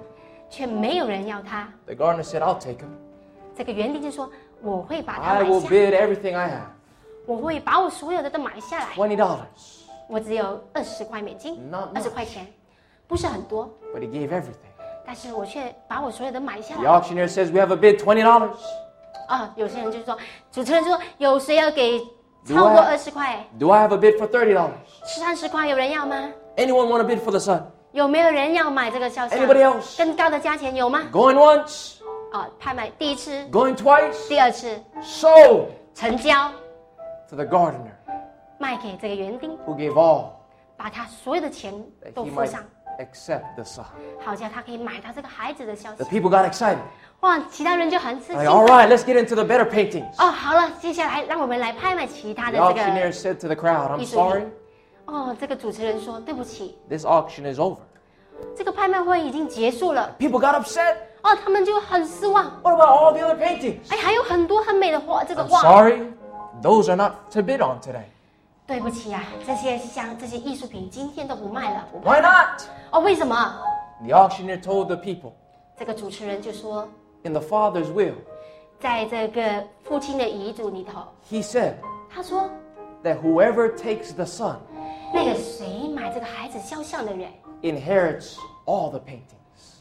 B: 却没有人要他。
A: The gardener said, I'll take him.
B: 这个园丁就说：“我会把它
A: I
B: 买
A: will
B: 下，
A: bid everything I have
B: 我会把我所有的都买下来。
A: $20.
B: 我只有二十块美金，
A: Not
B: 二
A: much.
B: 十块钱，不是很多，
A: But he gave everything.
B: 但是我却把我所有的买下
A: The
B: 来。”啊、
A: auctioneer says, We have a bid $20.
B: 啊有些人就说，主持人说有谁要给
A: Do
B: 超过
A: I-
B: 二十块？
A: Do I have a bid for $30?
B: 三十块有人要吗？
A: Anyone want to bid for the son?
B: 有没有人要买这个肖像？
A: Anybody else？
B: 更高的价钱有吗？
A: Going once,
B: 啊，拍卖第一次、
A: going twice,
B: 第二次
A: sold
B: 成交，
A: to the gardener
B: 卖给这个园丁，
A: who gave all
B: 把他所有的钱
A: that
B: 都
A: he
B: 付
A: might
B: 上，
A: accept the son.
B: 好像他可以买到这个孩子的肖
A: The
B: 像。
A: people got excited.
B: 哇，其他人就很吃
A: Like,
B: 惊。
A: all right, let's get into the better paintings.
B: 哦，好了，接下来让我们来拍卖其他
A: The
B: 的这个
A: auctioneer said to the crowd, I'm
B: 艺术
A: sorry,
B: 品。哦，这个主持人说对不起，
A: this auction is over.
B: 这个拍卖会已经结束了。
A: People got upset.
B: 哦，他们就很失望。
A: What about all the other paintings?
B: 哎，还有很多很美的画，这个
A: I'm
B: 画。
A: sorry, those are not to bid on today.
B: 对不起啊，这些像这些艺术品今天都不卖了。
A: Why not?
B: 哦，为什么？
A: The auctioneer told the people,
B: 这个主持人就说，
A: in the Father's will,
B: 在这个父亲的遗嘱里头，
A: he said
B: 他说，
A: that whoever takes the son
B: 那个谁买这个孩子肖像的人，
A: inherits all the paintings.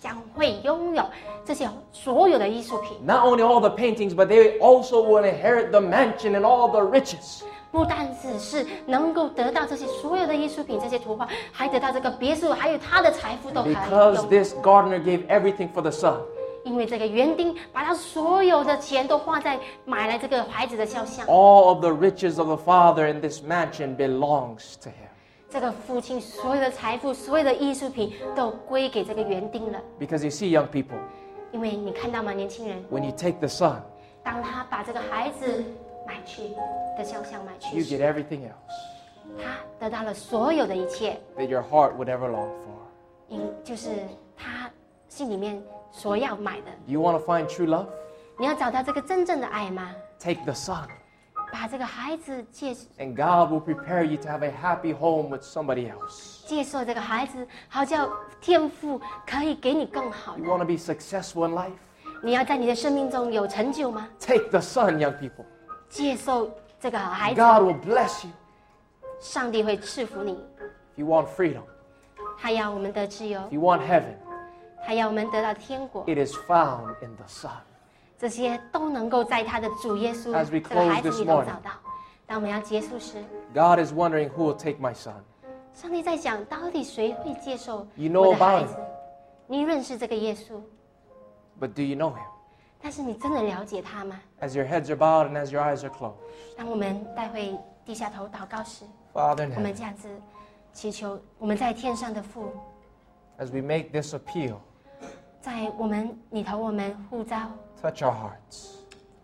B: 将会拥有这些所有的艺术品，
A: Not only all the paintings, but they also will inherit the mansion and all the riches.
B: 不但只是能够得到这些所有的艺术品、这些图画，还得到这个别墅，还有他的财富都可以
A: Because
B: 用。
A: this gardener gave everything for the son,
B: 因为这个园丁把他所有的钱都花在买来这个孩子的肖像，
A: All of the riches of the Father in this mansion belongs to him
B: 这个父亲所有的财富、所有的艺术品都归给这个园丁了。
A: because you see young people
B: 因为你看到吗，年轻人，
A: when you take the son
B: 当他把这个孩子买去的肖像买
A: you
B: 去时，
A: get everything else
B: 他得到了所有的一切，
A: that your heart would ever long for
B: 因就是他心里面所要买的。
A: do you want to find true love
B: 你要找到这个真正的爱吗？
A: take the son
B: 把这个孩子介
A: and God will prepare you to have a happy home with somebody else
B: 接受这个孩子，好叫天赋可以给你更好
A: you
B: 的。
A: want to be successful in life
B: 你要在你的生命中有成就吗？
A: take the son young people
B: 接受这个孩子，
A: God will bless you
B: 上帝会赐福你。
A: if you want freedom
B: 他要我们得自由
A: if，you want heaven
B: 他要我们得到天国，
A: it is found in the son
B: 这些都能够在他的主耶稣
A: As we
B: 这个
A: close
B: 孩子
A: this
B: 里头找到。当我们要结束时，
A: God is wondering who will take my son
B: 上帝在想，到底谁会接受
A: You
B: 我
A: know
B: 的孩
A: about
B: 子
A: him,？
B: 你认识这个耶稣，
A: but do you know him
B: 但是你真的了解他吗？
A: as your heads are bowed and as your eyes are closed
B: 当我们待会低下头祷告时，
A: Father in
B: 我
A: heaven
B: 们这样子祈求，我们在天上的父，
A: as we make this appeal,
B: 在我们里头，我们呼召，
A: touch our hearts.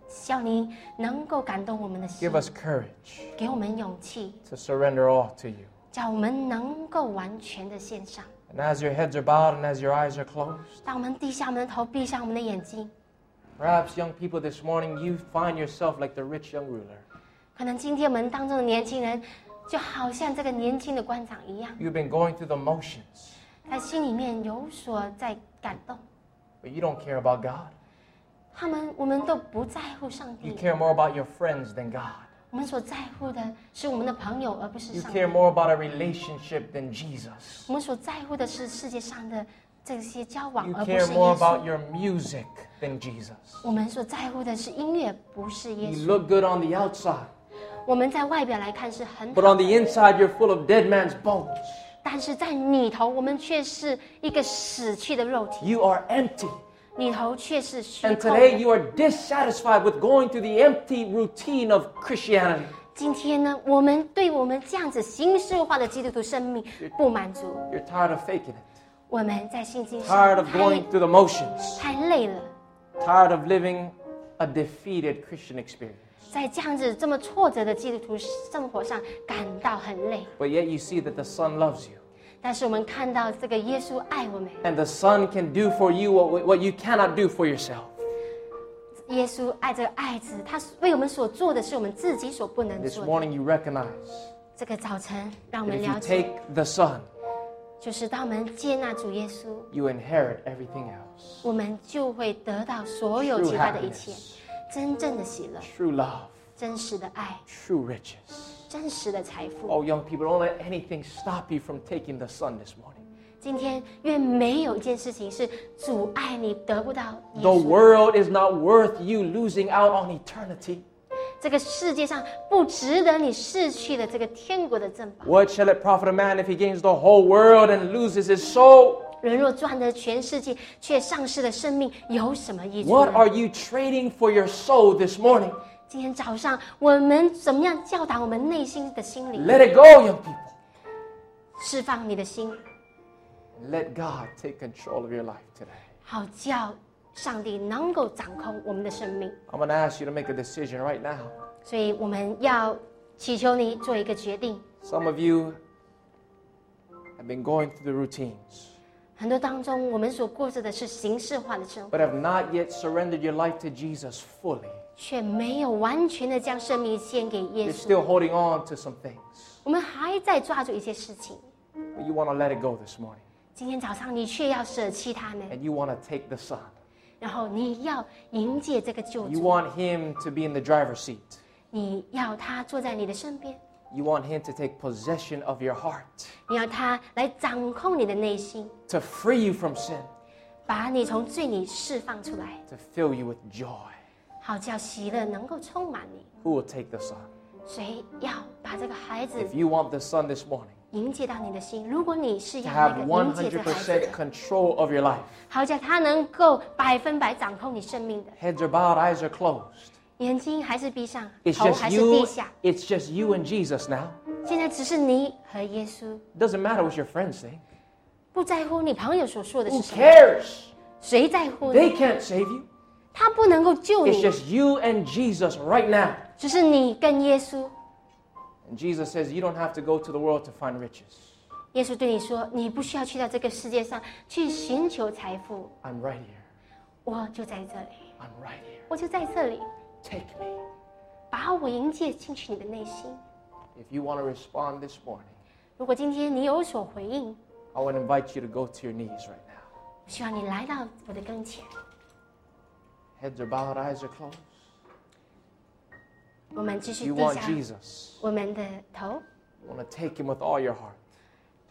B: 希望你能够感动我们的心
A: Give，us courage
B: 给我们勇气，
A: to surrender all to you.
B: 叫我们能够完全的献上。
A: And as your heads are bowed and as your eyes are closed,
B: 当我们低下我们的头，闭上我们的眼睛，
A: perhaps young people this morning, you find yourself like the rich young ruler.
B: 可能今天我们当中的年轻人，就好像这个年轻的官长一样，
A: You've been going through the motions,
B: 他心里面有所在感动。
A: but you don't care about God.
B: 他们我们都不在乎上
A: You
B: 帝，
A: care more about your friends than God.
B: 我们所在乎的是我们的朋友，而不是
A: You
B: 上帝
A: care。more about a relationship than Jesus.
B: 我们所在乎的是世界上的这些交往
A: You，
B: 而不是耶
A: care more about
B: 稣。
A: your music than Jesus.
B: 我们所在乎的是音乐，不是耶
A: You
B: 稣。
A: look good on the outside,
B: 我们在外表来看是很
A: but
B: 好
A: on
B: 的，
A: the inside, you're full of dead man's bones.
B: 但是在里头，我们却是一个死去的肉体，
A: You are empty.
B: 里头却是虚
A: And
B: 空
A: today
B: 的。
A: you are dissatisfied with going through the empty routine of Christianity.
B: 今天呢，我们对我们这样子形式化的基督徒生命不满足，
A: You're tired of faking it,
B: 我们在信心
A: tired
B: 上
A: of
B: 太
A: going through the motions,
B: 太累了，
A: tired of living a defeated Christian experience.
B: 在这样子这么挫折的基督徒生活上感到很累。
A: But yet you see that the Son loves you.
B: 但是我们看到这个耶稣爱我们。
A: And the Son can do for you what, what you cannot do for yourself.
B: 耶稣爱这个爱子，他为我们所做的是我们自己所不能
A: This
B: 做的。
A: morning you recognize
B: 这个早晨，让我
A: that
B: 们
A: if
B: 了
A: you
B: 解，
A: take the Son,
B: 就是当我们接纳主耶稣，
A: you inherit everything else.
B: 我们就会得到所有
A: True
B: 其他的一切，
A: happiness,
B: 真正的喜乐、
A: true love,
B: 真实的爱、
A: true riches.
B: 真实的财富。
A: Oh, young people, don't let anything stop you from taking the Son this morning.
B: 今天，愿没有一件事情是阻碍你得不到耶
A: The
B: 稣。
A: world is not worth you losing out on eternity.
B: 这个世界上不值得你失去的这个天国的珍宝。
A: What shall it profit a man if he gains the whole world and loses his soul?
B: 人若赚得全世界，却丧失了生命，有什么益处呢
A: What are you trading for your soul this morning?
B: 今天早上，我们怎么样教导我们内心的心灵，
A: Let it go, young people.
B: 释放你的心，
A: Let God take control of your life today.
B: 好叫上帝能够掌控我们的生命。
A: I'm going to ask you to make a decision right now.
B: 所以，我们要祈求你做一个决定。
A: Some of you have been going through the routines,
B: 很多当中，我们所过着的是形式化的生活，
A: but have not yet surrendered your life to Jesus fully.
B: 却没有完全的将生命献给耶
A: You're
B: 稣。
A: still holding on to some things,
B: 我们还在抓住一些事情，
A: but you want to let it go this morning,
B: 今天早上你却要舍弃它们，
A: and you want to take the Son.
B: 然后你要迎接这个救
A: You
B: 主，
A: want him to be in the driver's seat.
B: 你要他坐在你的身边，
A: You want him to take possession of your heart,
B: 你要他来掌控你的内心。
A: to free you from sin,
B: 把你从罪里释放出来，
A: to fill you with joy.
B: 好叫喜乐能够充满你。
A: Who will take the son?
B: 所以要把这个孩子，
A: If you want the son this morning,
B: 迎接到你的心。如果你是
A: to
B: 要那
A: have
B: 个迎接着孩子的
A: 100% control of your life.
B: 好像他能够百分百掌控你生命的，
A: Heads are bowed, eyes are closed.
B: 眼睛还是闭上，
A: It's
B: 头
A: just
B: 还是低
A: you.
B: 下。
A: It's just you and Jesus now.
B: 现在只是你和耶稣，
A: Doesn't matter what your friends think.
B: 不在乎你朋友所说的是
A: Who
B: 什么，
A: cares?
B: 谁在乎
A: They
B: 你？
A: can't save you.
B: 他不能够救
A: It's
B: 你，
A: just you and Jesus right now.
B: 只是你跟耶稣。
A: And Jesus says you don't have to go to the world to find riches.
B: 耶稣对你说：“你不需要去到这个世界上去寻求财富，
A: I'm right here.
B: 我就在这里，
A: I'm right here.
B: 我就在这里，
A: Take me.
B: 把我迎接进去你的内心。
A: If you want to respond this morning, ”
B: 如果今天你有所回应，
A: I would invite you to go to your knees right now.
B: 我希望你来到我的跟前，
A: Heads are bowed, eyes are closed.
B: 我们继续
A: You
B: 低
A: want
B: 下
A: Jesus.
B: 我们的头，
A: You want to take him with all your heart.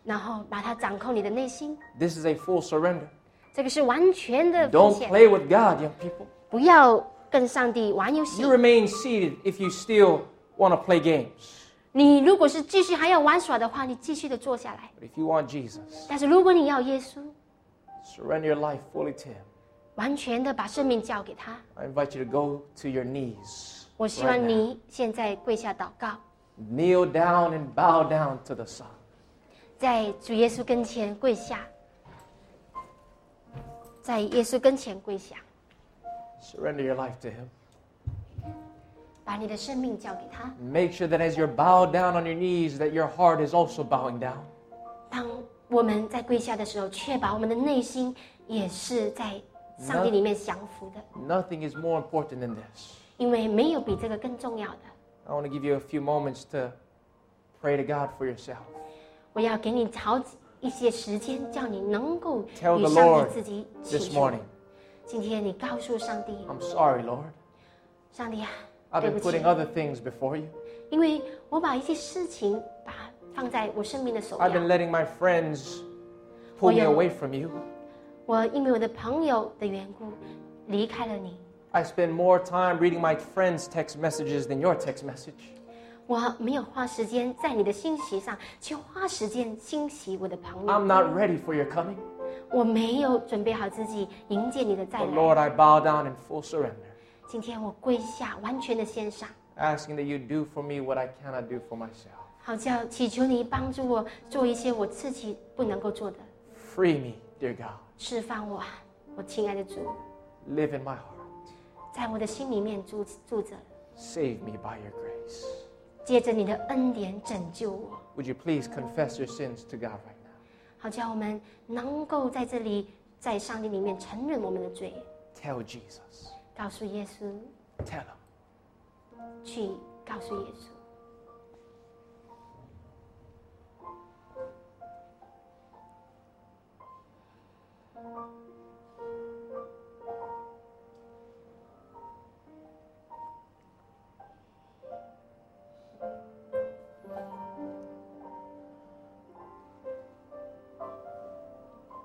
B: 然后把它掌控你的内心。
A: This is a full surrender.
B: 这个是完全的奉
A: Don't
B: 献，
A: play with God, young people.
B: 不要跟上帝玩游戏
A: You。remain seated if you still want to play games.
B: 你如果是继续还要玩耍的话，你继续的坐下来。
A: But if you want Jesus,
B: 但是如果你要耶稣，
A: surrender your life fully to him.
B: 完全的把生命交给他，
A: I invite you to go to your knees.
B: 我希
A: right
B: 望
A: now.
B: 你现在跪下祷告，
A: Kneel down and bow down to the Son.
B: 在主耶稣跟前跪下，在耶稣跟前跪下，
A: Surrender your life to him.
B: 把你的生命交给他。
A: Make sure that as you're bowed down on your knees, that your heart is also bowing down.
B: 当我们在跪下的时候，确保我们的内心也是在上帝里面降服的，
A: Nothing is more important than this.
B: 因为没有比这个更重要的。
A: I want to give you a few moments to pray to God for yourself.
B: 我要给你好几一些时间，叫你能够
A: Tell
B: 与
A: the
B: 上
A: Lord
B: 帝自己起
A: This
B: 诉。
A: morning,
B: 今天你告诉上帝，
A: I'm sorry, Lord.
B: 上帝啊，
A: I've
B: 对
A: been
B: 不起
A: putting，other things before you.
B: 因为我把一些事情把放在我生命的首啊
A: I've been
B: 要。
A: letting my friends pull me away from you.
B: 我因为我的朋友的缘故离开了你，
A: I spend more time reading my friends' text messages than your text message.
B: 我没有花时间在你的欣喜上去花时间欣喜我的朋
A: I'm
B: 友，
A: not ready for your coming.
B: 我没有准备好自己迎接你的再
A: But
B: 来。
A: Oh, Lord, I bow down in full surrender,
B: 今天我跪下，完全的献上。
A: asking that you do for me what I cannot do for myself.
B: 好叫祈求你帮助我做一些我自己不能够做的，
A: Free me, dear God.
B: 释放我，啊，我亲爱的主，
A: Live in my heart.
B: 在我的心里面住住着，
A: Save me by your grace.
B: 借着你的恩典拯救我，
A: Would you please confess your sins to God right now?
B: 好叫我们能够在这里，在上帝里面承认我们的罪，
A: Tell Jesus.
B: 告诉耶稣，
A: Tell him.
B: 去告诉耶稣。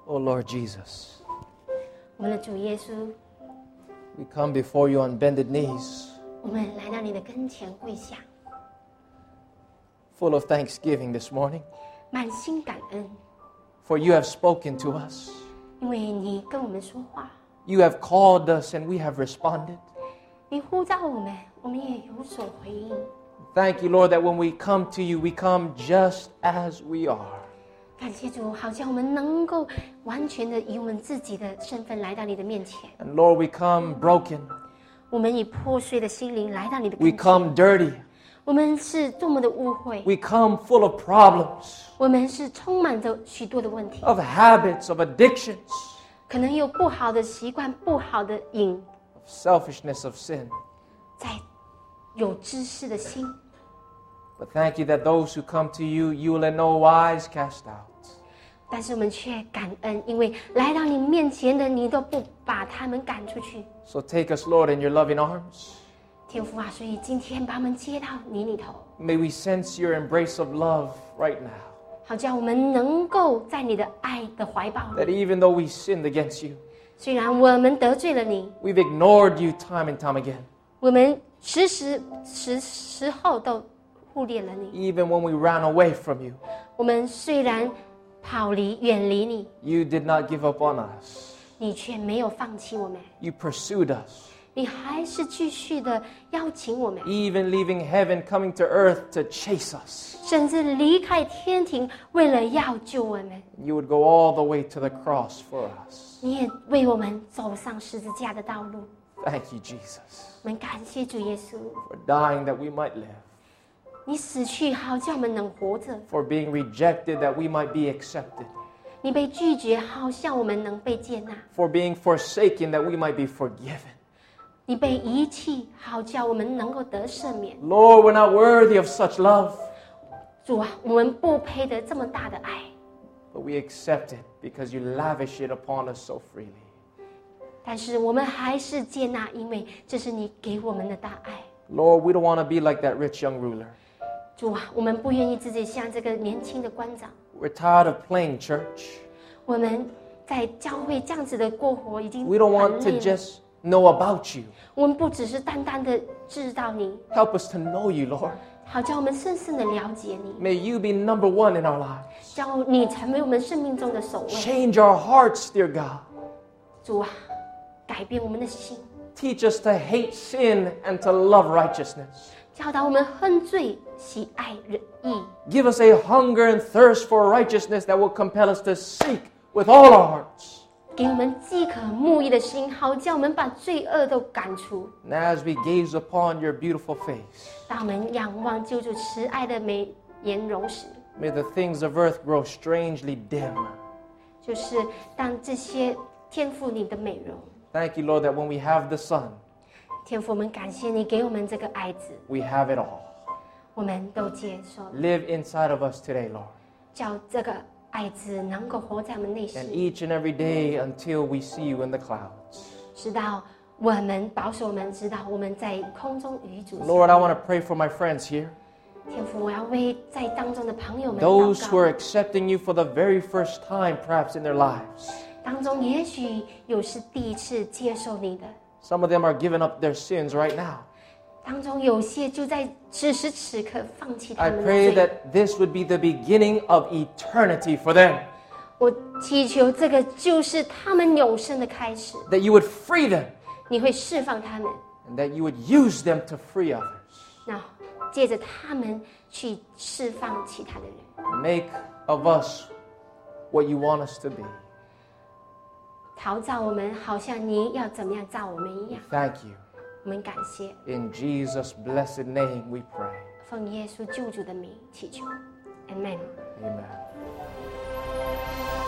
A: Oh Lord Jesus,
B: 我们的主耶稣，
A: we come before you on bended knees,
B: 我们来到你的跟前跪下，
A: full of thanksgiving this morning,
B: 满心感恩，
A: for you have spoken to us.
B: 因为你跟我们说话，
A: You have called us and we have responded.
B: 你呼召我们，我们也有所回应。
A: Thank you, Lord, that when we come to you, we come just as we are.
B: 感谢主，好像我们能够完全的以我们自己的身份来到你的面前，
A: And Lord, we come broken.
B: 我们以破碎的心灵来到你的
A: We
B: 跟前，
A: come dirty.
B: 我们是多么的污秽，
A: We come full of problems,
B: 我们是充满着许多的问题，
A: of habits, of addictions,
B: 可能有不好的习惯、不好的瘾，
A: of selfishness, of sin.
B: 在有知识的心。
A: But thank you that those who come to you, you will in no wise cast out.
B: 但是我们却感恩，因为来到你面前的你都不把他们赶出去，
A: So take us, Lord, in your loving arms.
B: 天父啊！所以今天把我们接到你里头，
A: May we sense your embrace of love right now.
B: 好叫我们能够在你的爱的怀抱里。
A: That even though we sinned against you,
B: 虽然我们得罪了你，
A: we've ignored you time and time again.
B: 我们时时时时候都忽略了你。
A: Even when we ran away from you,
B: 我们虽然跑离、远离你，
A: you did not give up on us.
B: 你却没有放弃我们，
A: You pursued us.
B: 你还是继续的邀请我们，
A: Even leaving heaven, coming to earth to chase us.
B: 甚至离开天庭，为了要救我们，
A: You would go all the way to the cross for us.
B: 你也为我们走上十字架的道路。
A: Thank you, Jesus,
B: 我们感谢主耶稣，
A: for dying that we might live,
B: 你死去好叫我们能活着，
A: for being rejected that we might be accepted,
B: 你被拒绝好像我们能被接纳，
A: for being forsaken that we might be forgiven.
B: 你被遗弃好叫我们能够得赦免。
A: Lord, we're not worthy of such love,
B: 主啊，我们不配得这么大的爱，
A: but we accept it because you lavish it upon us so freely.
B: 但是我们还是接纳，因为这是你给我们的大爱。
A: Lord, we don't want to be like that rich young ruler.
B: 主啊，我们不愿意自己像这个年轻的官长，
A: We're tired of playing church.
B: 我们在教会这样子的过活已经
A: We don't
B: 很
A: want
B: 累
A: to
B: 了
A: just know about you.
B: 我们不只是单单的知道你，
A: Help us to know you, Lord.
B: 好叫我们深深的了解你，
A: May you be number one in our lives.
B: 叫你成为我们生命中的首位。
A: Change our hearts, dear God.
B: 主啊，改变我们的心，
A: Teach us to hate sin and to love righteousness.
B: 教导我们恨罪，喜爱仁义，
A: Give us a hunger and thirst for righteousness that will compel us to seek with all our hearts.
B: 给我们饥渴慕义的心，好叫我们把罪恶都赶出。
A: And as we gaze upon your beautiful face,
B: 当我们仰望救主慈爱的美颜容时，
A: may the things of earth grow strangely dim.
B: 就是当这些天赋你的美容。
A: Thank you, Lord, that when we have the Son,
B: 天父，我们感谢你给我们这个爱子，
A: we have it all.
B: 我们都接受了，
A: Live inside of us today, Lord.
B: 叫这个爱子能够活在我们内
A: And
B: 心，
A: each and every day until we see you in the clouds.
B: 直到我们保守我们，直到我们在空中与主相
A: Lord, I want to pray for my friends here.
B: 天父，我要为在当中的朋友们
A: Those
B: 祷
A: who are
B: 告。
A: accepting you for the very first time, perhaps in their lives.
B: 当中也许有是第一次接受你的，
A: Some of them are giving up their sins right now.
B: 当中有些就在此时此刻放弃他
A: I
B: 们
A: pray
B: 的罪。
A: that this would be the beginning of eternity for them,
B: 我祈求这个就是他们永生的开始，
A: that you would free them,
B: 你会释放他们，
A: and that you would use them to free others.
B: 那借着他们去释放其他的人。
A: Make of us what you want us to be.
B: 陶造我们，好像你要怎么样造我们一样。
A: Thank you.
B: 我们感谢，
A: In Jesus' blessed name we pray.
B: 奉耶稣救主的名祈求，Amen。
A: Amen.